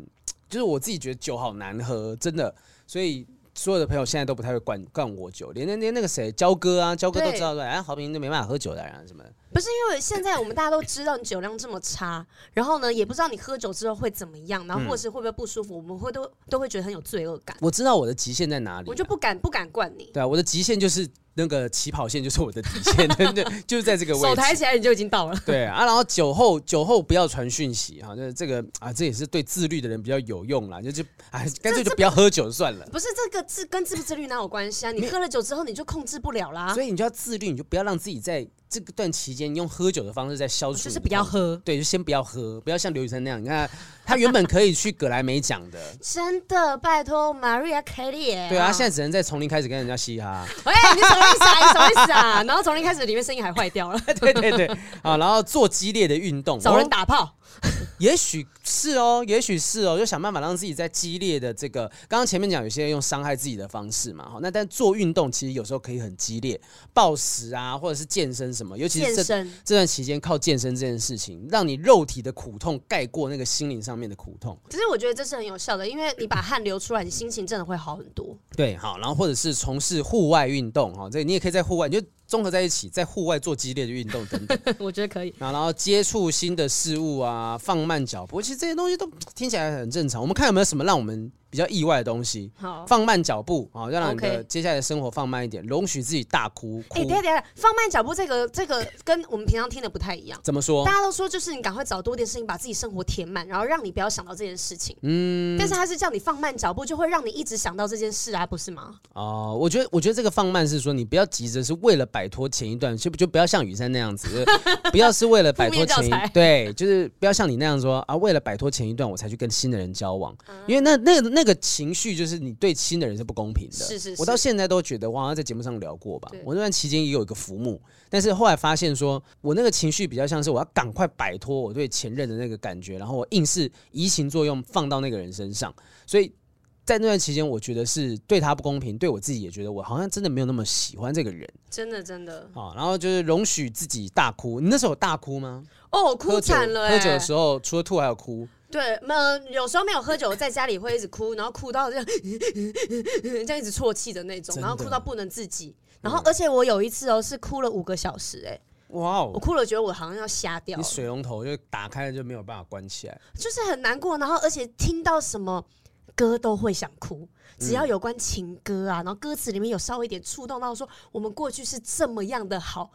A: 就是我自己觉得酒好难喝，真的。所以所有的朋友现在都不太会灌灌我酒，连那连那个谁焦哥啊，焦哥都
B: 对
A: 知道说，哎，好评就没办法喝酒的啊什么的。
B: 不是因为现在我们大家都知道你酒量这么差， (laughs) 然后呢也不知道你喝酒之后会怎么样，然后
A: 嗯
B: 或者是会不会不舒服，我们会都都会觉得很有罪恶感，
A: 我知道我的极限在哪里啊、
B: 我就不敢不敢灌你。
A: 对啊，我的极限就是那个起跑线就是我的底线， (laughs) 真的就是在这个位
B: 手
A: 置。
B: 抬起来你就已经到了。
A: 对啊，然后酒后酒后不要传讯息哈，那这个啊，这也是对自律的人比较有用啦，就就啊，干脆就不要喝酒算了。
B: 不是这个自跟自不自律哪有关系啊？你喝了酒之后你就控制不了啦
A: 所，以你就要自律，你就不要让自己在这个段期间用喝酒的方式在消除，
B: 哦就是不要。喝。
A: 对，就先不要喝，不要像刘雨辰那样。你看，他原本可以去葛莱美奖
B: (laughs)
A: 的，
B: 真的，拜托 Maria Kelly。
A: 对啊，现在只能再从零开始跟人家嘻哈。 (laughs)
B: 在哎，你什么意思啊？你什么意思啊？ (laughs) 然后从零开始，里面声音还坏掉了，
A: 对对对，啊，然后做激烈的运动，
B: 找人
A: 哦
B: 打炮。
A: 也许是哦，也许是哦，就想办法让自己在激烈的这个，刚刚前面讲有些人用伤害自己的方式嘛，哦哈，那但做运动其实有时候可以很激烈，暴食啊，或者是健身什么，尤其
B: 健
A: 是这
B: 身
A: 这段期间靠健身这件事情，让你肉体的苦痛盖过那个心灵上面的苦痛，
B: 其实我觉得这是很有效的，因为你把汗流出来，你心情真的会好很多。
A: 对，好，然后或者是从事户外运动，哈，这你也可以在户外，你就综合在一起，在户外做激烈的运动等
B: (laughs)
A: 等。
B: (laughs) 我觉得可以。
A: 然后接触新的事物啊，放慢脚步，其实这些东西都听起来很正常。我们看有没有什么让我们比较意外的东西，
B: 好，
A: 放慢脚步啊，要让你的
B: OK
A: 接下来的生活放慢一点，容许自己大哭
B: 哎、
A: 哭
B: 等一。下等一下，放慢脚步这个这个跟我们平常听的不太一样。
A: 怎么说
B: 大？家都说就是你赶快找多点事情把自己生活填满，然后让你不要想到这件事情。
A: 嗯，
B: 但是他是叫你放慢脚步，就会让你一直想到这件事啊，不是吗？
A: 哦，我觉得，我觉得这个放慢是说，你不要急着是为了摆脱前一段，就就不要像雨山那样子，就是不要是为了摆脱前
B: 负面
A: 一
B: 教材
A: 对，就是不要像你那样说啊，为了摆脱前一段我才去跟新的人交往，因为那那个那个情绪就是你对新的人是不公平的。
B: 是是是
A: 我到现在都觉得，我好像在节目上聊过吧
B: 对，
A: 我那段期间也有一个浮木，但是后来发现说我那个情绪比较像是我要赶快摆脱我对前任的那个感觉，然后我硬是移情作用放到那个人身上，所以在那段期间，我觉得是对他不公平，对我自己也觉得我好像真的没有那么喜欢这个人
B: 真的真的，
A: 啊。然后就是容许自己大哭，你那时候有大哭吗？
B: 哦，我哭
A: 喝酒
B: 惨了、
A: 喝
B: 欸，
A: 酒的时候除了吐还有哭，
B: 对，没、有有时候没有喝酒，在家里会一直哭，然后哭 (laughs) 到这样这样一直啜泣的那种，
A: 真的嗯
B: 然后哭到不能自己。然后，而且我有一次哦，是哭了五个小时、哎，
A: 哇
B: 我
A: 哦！
B: 哭了，觉得我好像要瞎掉
A: 你
B: 了，
A: 水龙头就打开了就没有办法关起来，
B: 就是很难过。然后，而且听到什么歌都会想哭，
A: 嗯
B: 只要有关情歌啊，然后歌词里面有稍微一点触动到说我们过去是这么样的好，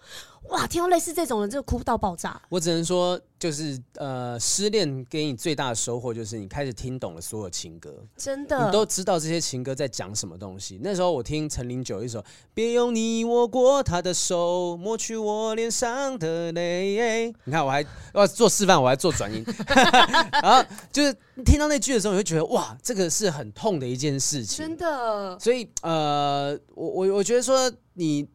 B: 哇，听到类似这种的，就哭到爆炸。
A: 我只能说就是呃，失恋给你最大的收获就是你开始听懂了所有情歌。
B: 真
A: 你都
B: 的，
A: 知道这些情歌在讲什么东西。那时候我听陈零九一首《别用你握过他的手，抹去我脸上的泪》。哎你看，我还要做示范，我还做转音。 (laughs) 然后就是听到那句的时候，你会觉得哇，这个是很痛的一件事
B: 真
A: 情。
B: 的，
A: 所以呃，我我我觉得说你。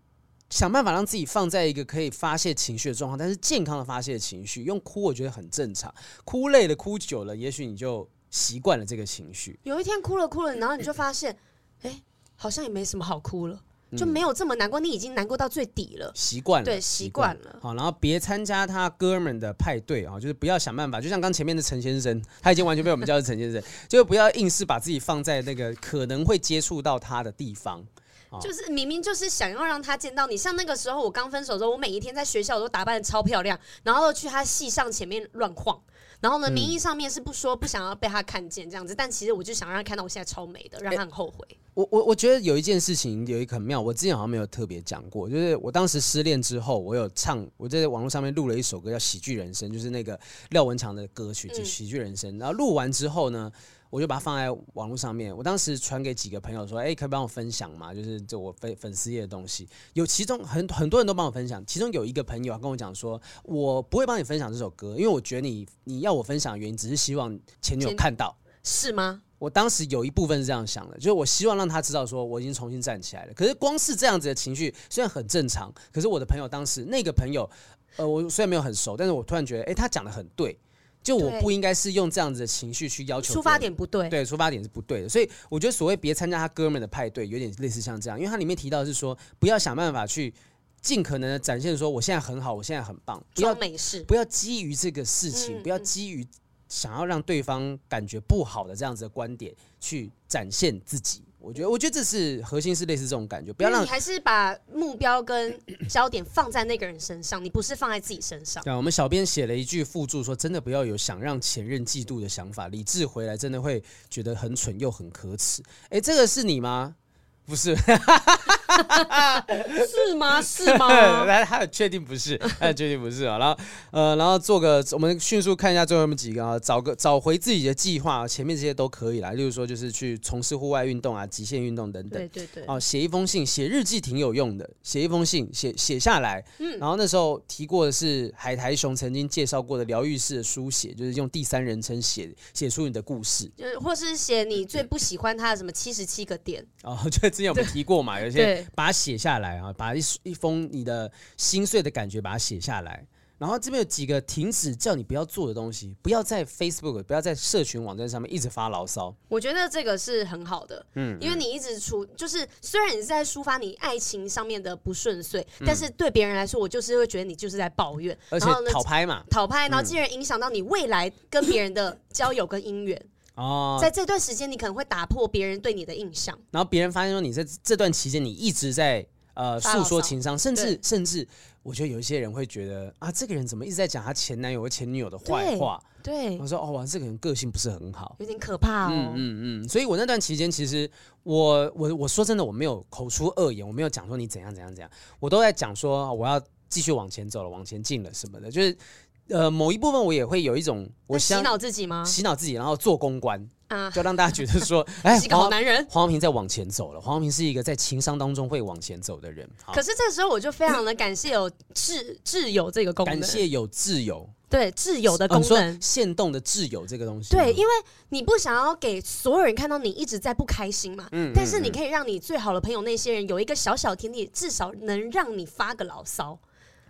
A: 想办法让自己放在一个可以发泄情绪的状况，但是健康的发泄情绪，用哭我觉得很正常。哭累了，哭久了，也许你就习惯了这个情绪。
B: 有一天哭了哭了，然后你就发现，哎、好像也没什么好哭了，
A: 嗯
B: 就没有这么难过，你已经难过到最底了。
A: 习惯了，
B: 对习惯了
A: 好，然后别参加他哥们的派对啊、就是不要想办法，就像刚前面的陈先生，他已经完全被我们叫成陈先生，就不要硬是把自己放在那个可能会接触到他的地方。哦
B: 就是明明就是想要让他见到你，像那个时候我刚分手的时候，我每一天在学校我都打扮的超漂亮，然后去他戏上前面乱晃，然
A: 嗯
B: 后呢，名义上面是不说不想要被他看见这样子，但其实我就想让他看到我现在超美的，让他很后悔。
A: 我我我觉得有一件事情有一个很妙，我之前好像没有特别讲过，就是我当时失恋之后，我有唱，我在网络上面录了一首歌叫《喜剧人生》，就是那个廖文强的歌曲，就《
B: 嗯
A: 喜剧人生》。然后录完之后呢，我就把它放在网络上面，我当时传给几个朋友说，哎、可以帮我分享吗？就是这我粉粉丝页的东西，有其中很很多人都帮我分享，其中有一个朋友啊跟我讲说，我不会帮你分享这首歌，因为我觉得你你要我分享的原因，只是希望前女友
B: 前
A: 看到。
B: 是吗？
A: 我当时有一部分是这样想的，就是我希望让他知道说我已经重新站起来了。可是光是这样子的情绪虽然很正常，可是我的朋友当时那个朋友，呃，我虽然没有很熟，但是我突然觉得，哎、他讲的很对，就我
B: 对
A: 不应该是用这样子的情绪去要求
B: 出
A: 别
B: 发
A: 人
B: 点不对，
A: 对，出发点是不对的。所以我觉得所谓别参加他哥们的派对，有点类似像这样，因为它里面提到的是说不要想办法去尽可能的展现说我现在很好，我现在很棒，不要
B: 装美式。
A: 不要基于这个事情，
B: 嗯
A: 不要基于想要让对方感觉不好的这样子的观点去展现自己。我觉得，我觉得这是核心是类似这种感觉，不要
B: 嗯因为
A: 让
B: 你。还是把目标跟焦点放在那个人身上，你不是放在自己
A: (laughs)
B: 身上。
A: 对啊，我们小编写了一句附注说，真的不要有想让前任嫉妒的想法，理智回来真的会觉得很蠢又很可耻。哎，这个是你吗？不是，(laughs)
B: 是吗？是吗？
A: 来，还有确定不是，还有确定不是啊。然后呃，然后做个我们迅速看一下最后那么几个啊，找个找回自己的计划，啊前面这些都可以啦。例如说，就是去从事户外运动啊、极限运动等等
B: 对。对对，
A: 哦，写一封信，写日记挺有用的。写一封信，写写下来。
B: 嗯
A: 然后那时候提过的是海苔熊曾经介绍过的疗愈式的书写，就是用第三人称写写出你的故事。
B: 就是或是写你最不喜欢他的什么七十七个点，
A: 哦， (laughs) 就之前我们提过嘛，
B: (laughs)
A: 有一些
B: 对
A: 把它写下来啊，把一一封你的心碎的感觉把它写下来。然后这边有几个停止叫你不要做的东西，不要在 Facebook，不要在社群网站上面一直发牢骚。
B: 我觉得这个是很好的，嗯，因为你一直处，就是虽然你是在抒发你爱情上面的不顺遂，但是对别人来说，我就是会觉得你就是在抱怨，
A: 嗯而且
B: 然后呢
A: 讨嗯拍嘛，
B: 讨拍，然后进而影响到你未来跟别人的交友跟姻缘，
A: 哦，
B: 在这段时间你可能会打破别人对你的印象，
A: 然后别人发现说你在这段期间你一直在呃
B: 发牢
A: 诉
B: 骚
A: 说情商，甚至甚至，我觉得有一些人会觉得啊，这个人怎么一直在讲他前男友和前女友的坏话？
B: 对
A: 我，说哦哇，这个人个性不是很好。
B: 有点可怕
A: 嗯
B: 哦，
A: 嗯嗯，所以我那段期间，其实我我我说真的，我没有口出恶言，我没有讲说你怎样怎样怎样，我都在讲说啊我要继续往前走了，往前进了什么的，就是呃某一部分我也会有一种我
B: 那洗
A: 想
B: 脑自己吗？
A: 洗脑自己，然后做公关，
B: 啊，
A: 就让大家觉得说，哎，
B: 是个好男人。
A: 黄平在往前走了，黄平是一个在情商当中会往前走的人。好
B: 可，是这时候我就非常的感谢有挚挚友这个功能
A: 感，谢有挚友
B: 对挚友的
A: 哦
B: 功
A: 你说
B: 能，
A: 限动的挚友这个东西吗，
B: 对，因为你不想要给所有人看到你一直在不开心嘛，
A: 嗯
B: 但是你可以让你最好的朋友那些人有一个小小天地，至少能让你发个牢骚，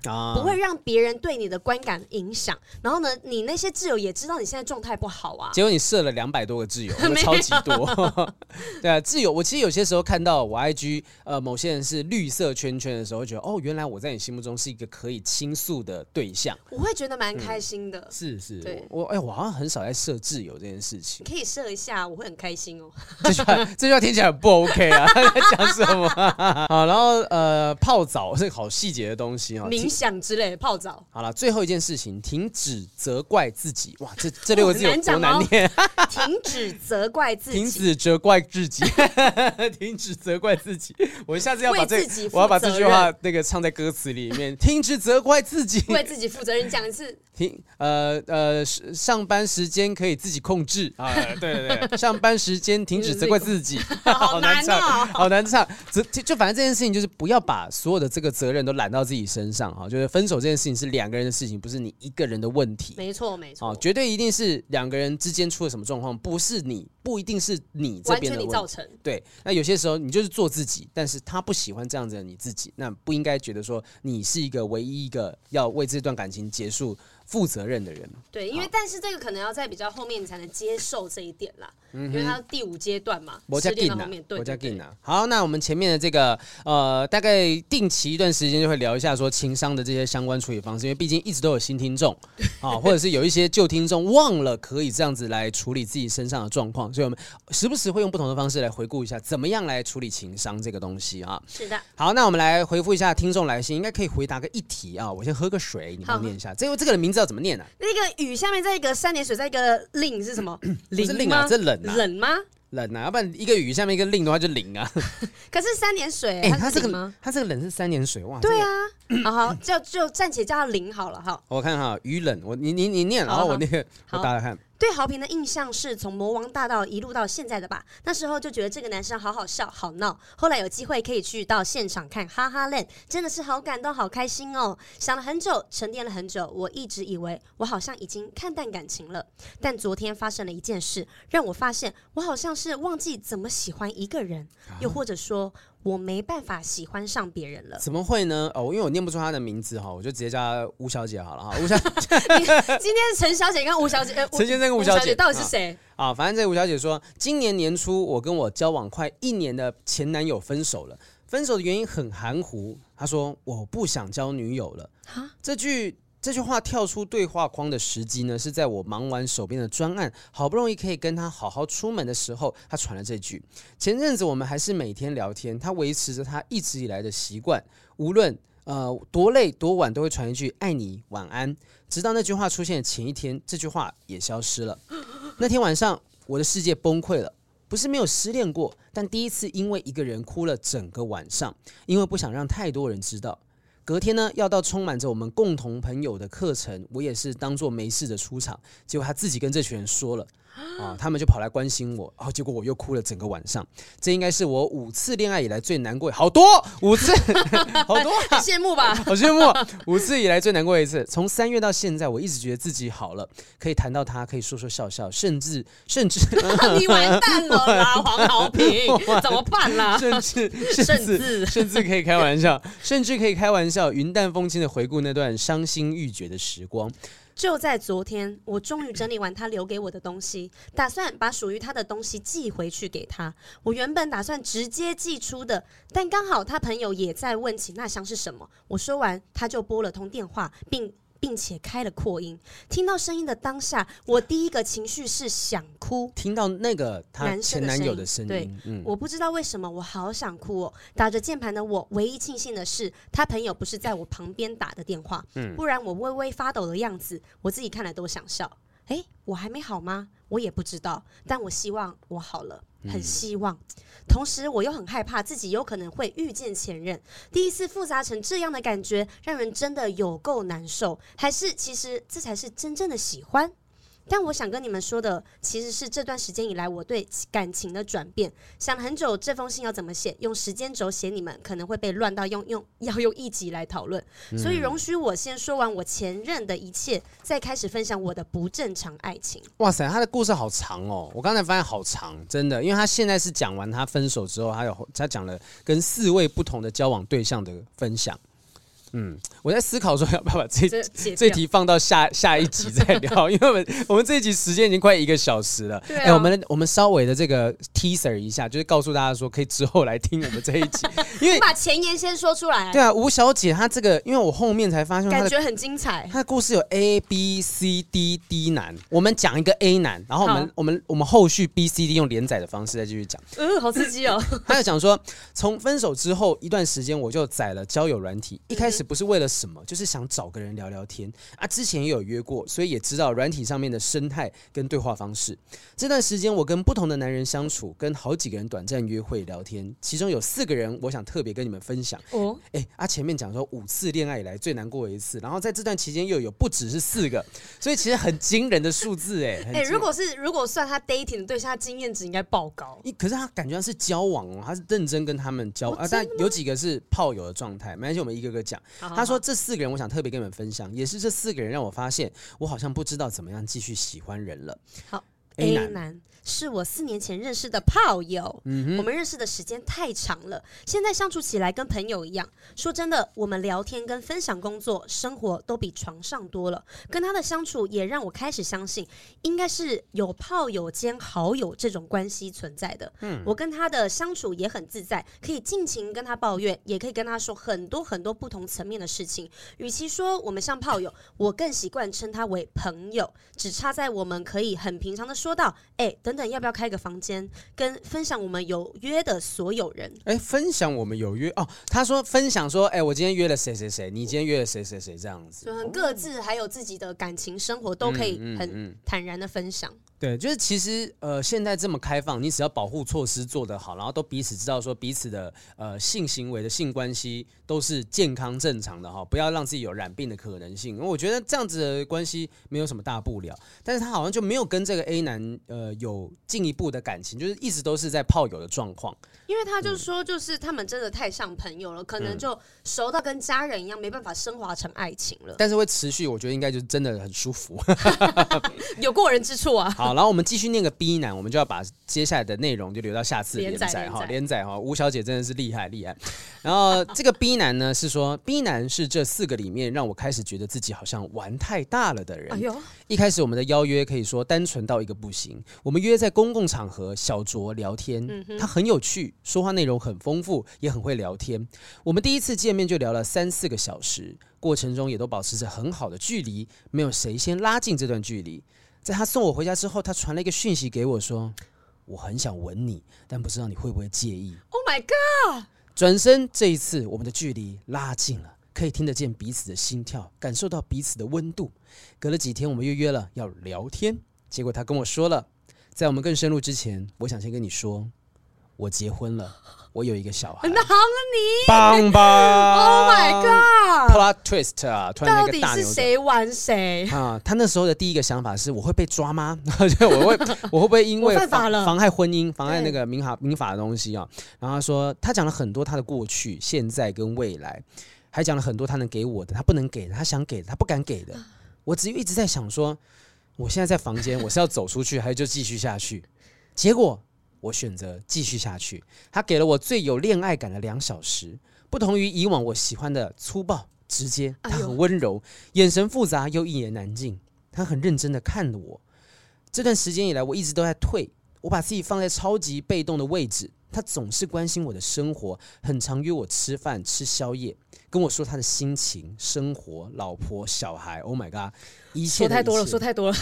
A: 啊
B: 不会让别人对你的观感影响。然后呢，你那些挚友也知道你现在状态不好啊，
A: 结果你设了两百多个
B: (laughs)
A: 挚友，
B: 没有
A: 超级多。 (laughs) 对啊，挚友，我其实有些时候看到我 IG 呃某些人是绿色圈圈的时候，会觉得哦，原来我在你心目中是一个可以倾诉的对象。
B: 我会觉得
A: 嗯
B: 蛮开心的。
A: 是是
B: 对，
A: 我哎、我好像很少在设挚友这件事情
B: 你。可以设一下，我会很开心哦。
A: 这句话这句话听起来很不 OK 啊， (laughs) 他在讲什么啊？好，然后呃，泡澡是个好细节的东西哦。
B: (laughs) 冥想之类的，
A: (laughs)
B: 泡澡，
A: 好了，最后一件事情，停止责怪自己。哇，这这六个字有
B: 哦很难
A: 多
B: 讲
A: 难
B: 哦
A: 念？
B: 停止责怪自
A: 停
B: 己，
A: 止责怪自己， (laughs) 停止责怪自己。我下次要把这
B: 为自己，负
A: 我要把这
B: 责
A: 句话那个唱在歌词里
B: (laughs)
A: 面。停止责怪自己，
B: 为自己负责任。讲一次，
A: (laughs) 停呃呃，是上班时间可以自己控制啊。对对对， (laughs) 上班时间停止责怪自己，
B: (laughs) 好难
A: 唱。
B: 哦。
A: (laughs) 好难唱，责就就反正这件事情就是不要把所有的这个责任都揽到自己身上哈，就是分手这件事情是两个人的事情，不是你一个人的问题。
B: 没错，没
A: 哦
B: 错，，
A: 绝对一定是两个人之间出了什么状况，不是你，不一定是你这
B: 完
A: 边的
B: 全你
A: 问
B: 造
A: 题。
B: 成。
A: 对，那有些时候你就是做自己，但是他不喜欢这样子的你自己，那不应该觉得说你是一个唯一一个要为这段感情结束负责任的人。
B: 对，因为但是这个可能要在比较后面你才能接受这一点啦，
A: 嗯
B: 因为它第五阶段嘛，
A: 我家
B: 失
A: 进
B: 恋到
A: 啊
B: 后面，对
A: 我家
B: 对对
A: 进啊。好，那我们前面的这个呃，大概定期一段时间就会聊一下说情商的这些相关处理方式，因为毕竟一直都有新听
B: (laughs)
A: 众啊，或者是有一些旧听众忘了可以这样子来处理自己身上的状况，所以我们时不时会用不同的方式来回顾一下怎么样来处理情商这个东西啊。
B: 是的，
A: 好，那我们来回复一下听众来信，应该可以回答个一题啊。我先喝个水，你帮我
B: 好
A: 念一下。这个这个的名字要怎么念呢、啊？
B: 那个雨下面再一个三点水，再一个令是什么？
A: 不是令啊，
B: 吗
A: 这冷啊，
B: 冷吗？
A: 冷啊，要不然一个雨下面一个令的话就零
B: (laughs)
A: 啊。
B: 可是三点水，
A: 哎、
B: 它
A: 他
B: 是
A: 这
B: 零
A: 个
B: 吗？
A: 他这个冷是三点水哇。这
B: 对
A: 个哦
B: 啊，好好，就就暂且叫它零好了哈。
A: 我看哈，雨冷，我你你你念，然
B: 好
A: 后我
B: 好
A: 那个我
B: 好
A: 打打看，
B: 对豪平的印象是从魔王大道一路到现在的吧？那时候就觉得这个男生好好笑、好闹。后来有机会可以去到现场看哈哈 land，真的是好感动、好开心哦！想了很久，沉淀了很久，我一直以为我好像已经看淡感情了，但昨天发生了一件事，让我发现我好像是忘记怎么喜欢一个人，
A: 啊
B: 又或者说我没办法喜欢上别人
A: (laughs)
B: 了。
A: 怎么会呢？哦，因为我念不出她的名字哈，我就直接叫她吴小姐好了哈。吴小
B: 今天陈小姐跟吴小姐，呃
A: 陈先生跟吴
B: 吴
A: 小姐
B: 姐到底是
A: 啊
B: 谁？
A: (laughs) 啊，反正这个吴小姐说，今年年初我跟我交往快一年的前男友分手了，分手的原因很含糊。她说我不想交女友了。这句这句话跳出对话框的时机呢，是在我忙完手边的专案，好不容易可以跟他好好出门的时候，他传了这句。前阵子我们还是每天聊天，他维持着他一直以来的习惯，无论呃多累多晚都会传一句“爱你，晚安”。直到那句话出现的前一天，这句话也消失了。那天晚上，我的世界崩溃了。不是没有失恋过，但第一次因为一个人哭了整个晚上，因为不想让太多人知道。隔天呢，要到充满着我们共同朋友的课程，我也是当做没事的出场。结果他自己跟这群人说了，啊，他们就跑来关心我，然、后结果我又哭了整个晚上。这应该是我五次恋爱以来最难过，好多五次， (laughs) 好多、啊，
B: 羡慕吧？
A: (laughs) 好羡慕啊！五次以来最难过一次，从三月到现在，我一直觉得自己好了，可以谈到他，可以说说笑笑，甚至甚至
B: (laughs) 你 (laughs) 完蛋了啦，黄豪平，怎么办 (laughs) 啦？
A: 甚至甚
B: 甚
A: 至
B: 至
A: 甚至可以开玩笑，甚至可以开玩笑，云淡风轻的回顾那段伤心欲绝的时光。
B: 就在昨天，我终于整理完他留给我的东西，打算把属于他的东西寄回去给他。我原本打算直接寄出的，但刚好他朋友也在问起那箱是什么。我说完，他就拨了通电话，并并且开了扩音。听到声音的当下，我第一个情绪是想哭。
A: 听到那个她
B: 男生
A: 前
B: 的
A: 男
B: 声
A: 友
B: 音
A: 的声
B: 对
A: 音，嗯，
B: 我不知道为什么，我好想哭哦！打着键盘的我，唯一庆幸的是，他朋友不是在我旁边打的电话，不然我微微发抖的样子，我自己看了都想笑。诶，我还没好吗？我也不知道，但我希望我好了，很希望。同时，我又很害怕自己有可能会遇见前任，第一次复杂成这样的感觉，让人真的有够难受。还是其实这才是真正的喜欢。但我想跟你们说的，其实是这段时间以来我对感情的转变。想了很久，这封信要怎么写，用时间轴写，你们可能会被乱到用用要用一集来讨论。
A: 嗯
B: 所以容许我先说完我前任的一切，再开始分享我的不正常爱情。
A: 哇塞，她的故事好长哦！我刚才发现好长，真的，因为她现在是讲完她分手之后，还有她讲了跟四位不同的交往对象的分享。嗯，我在思考说要不要把这
B: 这解
A: 这
B: 掉
A: 题放到下下一集再聊， (laughs) 因为我们我们这一集时间已经快一个小时了。哎
B: 对啊
A: 我们我们稍微的这个 teaser 一下，就是告诉大家说可以之后来听我们这一
B: (laughs)
A: 集，因为
B: 你把前言先说出来，
A: 对啊，吴小姐她这个，因为我后面才发现她
B: 感
A: 的
B: 觉很精彩。
A: 他的故事有 A B C D D 男，我们讲一个 A 男，然后我们
B: 好
A: 我们我们后续 B C D 用连载的方式再继续讲。
B: 嗯，好刺激
A: (laughs)
B: 哦！ (laughs)
A: 他就讲说，从分手之后一段时间，我就载了交友软
B: 嗯
A: 体。一开始不是为了什么，就是想找个人聊聊天啊。之前也有约过，所以也知道软体上面的生态跟对话方式。这段时间我跟不同的男人相处，跟好几个人短暂约会聊天，其中有四个人我想特别跟你们分
B: (laughs)
A: 享。
B: 哦，
A: 哎、啊，前面讲说五次恋爱以来最难过的一次，然后在这段期间又有不只是四个，所以其实很惊人的数字哎、很
B: 哎、
A: 惊
B: 如果是如果算他 dating 的对象，他经验值应该爆高。
A: 一可是他感觉他是交往哦，他是认真跟他们交往、
B: 哦
A: 啊，但有几个是炮友的状态，没关系，我们一个个讲。
B: 好好
A: 他说
B: 好
A: 这四个人，我想特别跟你们分享，也是这四个人让我发现，我好像不知道怎么样继续喜欢人了。
B: 好
A: A
B: A
A: 男
B: 男是我四年前认识的炮友，我们认识的时间太长了，现在相处起来跟朋友一样。说真的，我们聊天跟分享工作、生活都比床上多了。跟他的相处也让我开始相信，应该是有炮友兼好友这种关系存在的。我跟他的相处也很自在，可以尽情跟他抱怨，也可以跟他说很多很多不同层面的事情。与其说我们像炮友，我更习惯称他为朋友，只差在我们可以很平常的说到，哎、等等，要不要开个房间，跟分享我们有约的所有人。
A: 哎、分享我们有约哦，他说分享说，哎、我今天约了谁谁谁，你今天约了谁谁谁这样子。
B: 就很各自还有自己的感情生活都可以
A: 哦嗯嗯
B: 很
A: 嗯
B: 坦然的分享。
A: 对，就是其实呃，现在这么开放，你只要保护措施做得好，然后都彼此知道说彼此的呃性行为的性关系都是健康正常的哈，不要让自己有染病的可能性。因为我觉得这样子的关系没有什么大不了，但是他好像就没有跟这个 A 男呃有进一步的感情，就是一直都是在炮友的状况。
B: 因为他就说，就是他们真的太像朋友了，可
A: 嗯
B: 能就熟到跟家人一样，没办法升华成爱情了。
A: 但是会持续，我觉得应该就是真的很舒服。
B: (laughs) 有过人之处啊！
A: (laughs) 好，然后我们继续念个 B 男，我们就要把接下来的内容就留到下次连
B: 连载
A: 载哈，
B: 连载
A: 连载哈。吴小姐真的是厉害厉害。然后这个 B 男呢是说，B 男是这四个里面让我开始觉得自己好像玩太大了的人。
B: 哎呦，
A: 一开始我们的邀约可以说单纯到一个不行，我们约在公共场合小酌聊天，他很有趣，说话内容很丰富，也很会聊天。我们第一次见面就聊了三四个小时，过程中也都保持着很好的距离，没有谁先拉近这段距离。在他送我回家之后，他传了一个讯息给我说：“我很想吻你，但不知道你会不会介意。”
B: Oh my god！
A: 转身，这一次我们的距离拉近了，可以听得见彼此的心跳，感受到彼此的温度。隔了几天，我们又约了要聊天，结果他跟我说了，在我们更深入之前，我想先跟你说，我结婚了，我有一个小孩
B: 那。好了
A: 棒吧
B: 你，Oh (laughs) my god！
A: Plot twist 啊！突然啊
B: 到
A: 那个
B: 底
A: 大
B: 是
A: 牛的。
B: 谁玩谁？
A: 啊，他那时候的第一个想法是我会被抓吗？ (laughs) 就我
B: (laughs)
A: 会我会不会因为
B: 我犯法
A: 妨
B: 了
A: 妨害婚姻、妨碍那
B: 对
A: 个民法民法的东西啊？然后他说他讲了很多他的过去、现在跟未来，还讲了很多他能给我的，他不能给的，他想给的，他不敢给
B: 啊
A: 的。我只一直在想说，我现在在房间，我是要走出去，还是就继续下去？结果我选择继续下去。他给了我最有恋爱感的两小时，不同于以往我喜欢的粗暴直接，他
B: 哎呦
A: 很温柔，眼神复杂又一言难尽。他很认真的看着我。这段时间以来，我一直都在退，我把自己放在超级被动的位置。他总是关心我的生活，很常约我吃饭、吃宵夜，跟我说他的心情、生活、老婆、小孩。Oh my god！一切
B: 说
A: 的
B: 太
A: 一
B: 多了，
A: 切
B: 说太多了。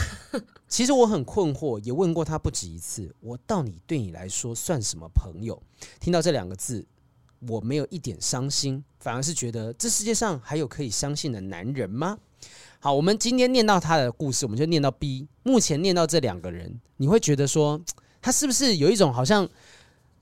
A: 其实我很困惑，也问过他不止一次，我到底对你来说算什么朋友？听到这两个字，我没有一点伤心，反而是觉得这世界上还有可以相信的男人吗？好，我们今天念到他的故事，我们就念到 B。目前念到这两个人，你会觉得说，他是不是有一种好像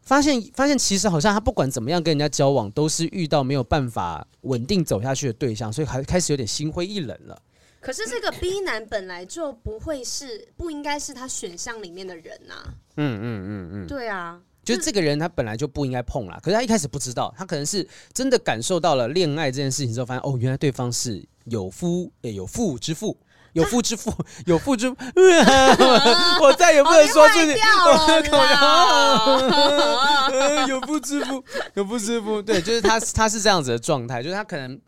A: 发现发现，其实好像他不管怎么样跟人家交往，都是遇到没有办法稳定走下去的对象，所以还开始有点心灰意冷了。
B: 可是
A: (clears throat)
B: 这个 B 男本来就不会是，不应该是他选项里面的人呐、
A: 嗯嗯嗯嗯。
B: 对啊，
A: 就是这个人他本来就不应该碰啦，可是他一开始不知道，他可能是真的感受到了恋爱这件事情之后，发现哦，原来对方是有夫诶、有妇之夫。有夫之妇， (laughs) 有妇之，我再也不能说出
B: 哦
A: 你，我
B: 好厉害掉
A: 了 (laughs)
B: (laughs) 了
A: 有夫之妇，有夫之妇，对，就是他，他是这样子的状态，就是他可能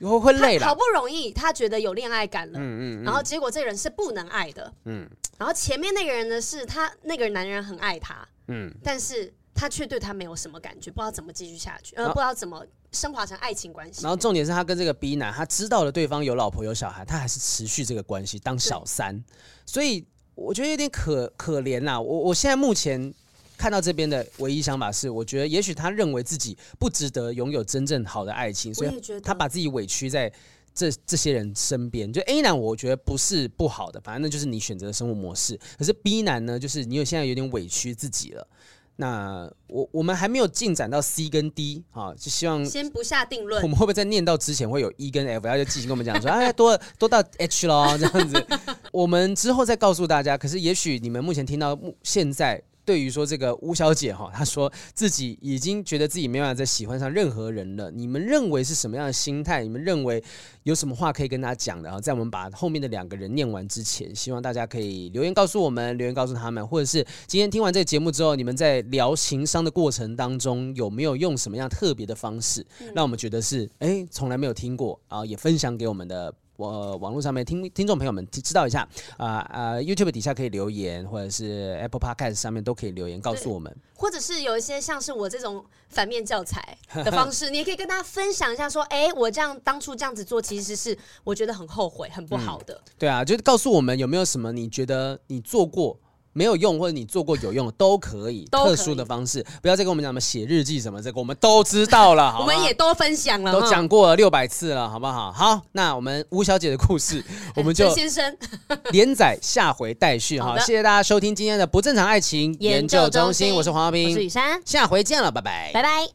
A: 会会累
B: 他好
A: 了，
B: 不容易他觉得有恋爱感了，然后结果这个人是不能爱的，
A: 嗯
B: 然后前面那个人呢是他那个男人很爱他，
A: 嗯，
B: 但是他却对他没有什么感觉，不知道怎么继续下去，呃，
A: 然后
B: 不知道怎么升华成爱情关系
A: 然。后重点是他跟这个 B 男，他知道了对方有老婆有小孩，他还是持续这个关系当小三，所以我觉得有点可可怜啦。我我现在目前看到这边的唯一想法是，我觉得也许他认为自己不值得拥有真正好的爱情，所
B: 我
A: 以
B: 也觉得
A: 他把自己委屈在。这这些人身边，就 A 男，我觉得不是不好的，反正那就是你选择的生活模式。可是 B 男呢，就是你有现在有点委屈自己了。那我我们还没有进展到 C 跟 D 啊，就希望
B: 先不下定论
A: 我，们会不会在念到之前会有 E 跟 F，然后就进行跟我们讲说，哎，多多到 H 咯， (laughs) 这样子，我们之后再告诉大家。可是也许你们目前听到目现在。对于说这个吴小姐哈，她说自己已经觉得自己没办法再喜欢上任何人了。你们认为是什么样的心态？你们认为有什么话可以跟大家讲的？然后在我们把后面的两个人念完之前，希望大家可以留言告诉我们，留言告诉他们，或者是今天听完这个节目之后，你们在聊情商的过程当中有没有用什么样特别的方式，让我们觉得是哎从来没有听过啊，也分享给我们的。呃，网络上面听听众朋友们知道一下啊啊、呃 y o u t u b e 底下可以留言，或者是 Apple Podcast 上面都可以留言告诉我们。
B: 或者是有一些像是我这种反面教材
A: (laughs)
B: 的方式，你也可以跟大家分享一下，说，哎、我这样当初这样子做，其实是我觉得很后悔、很不好的。
A: 对啊，就是告诉我们有没有什么你觉得你做过没有用，或者你做过有用的都可以，
B: 都可以
A: 特殊的方式，不要再跟我们讲什么写日记什么这个，我们都知道了，好
B: (laughs) 我
A: 吗
B: 们也嗯都分享了，
A: 都
B: 哈
A: 讲过了六百次了，好不好？好，那我们吴小姐的故事，我们就
B: 陈先生，
A: 连载下回待续
B: 好
A: 哈。
B: 的
A: 谢谢大家收听今天的不正常爱情
B: 研究中
A: 心，
B: 心
A: 我是黄浩
B: 我是
A: 斌，
B: 雨珊，
A: 下回见了，拜拜
B: 拜拜。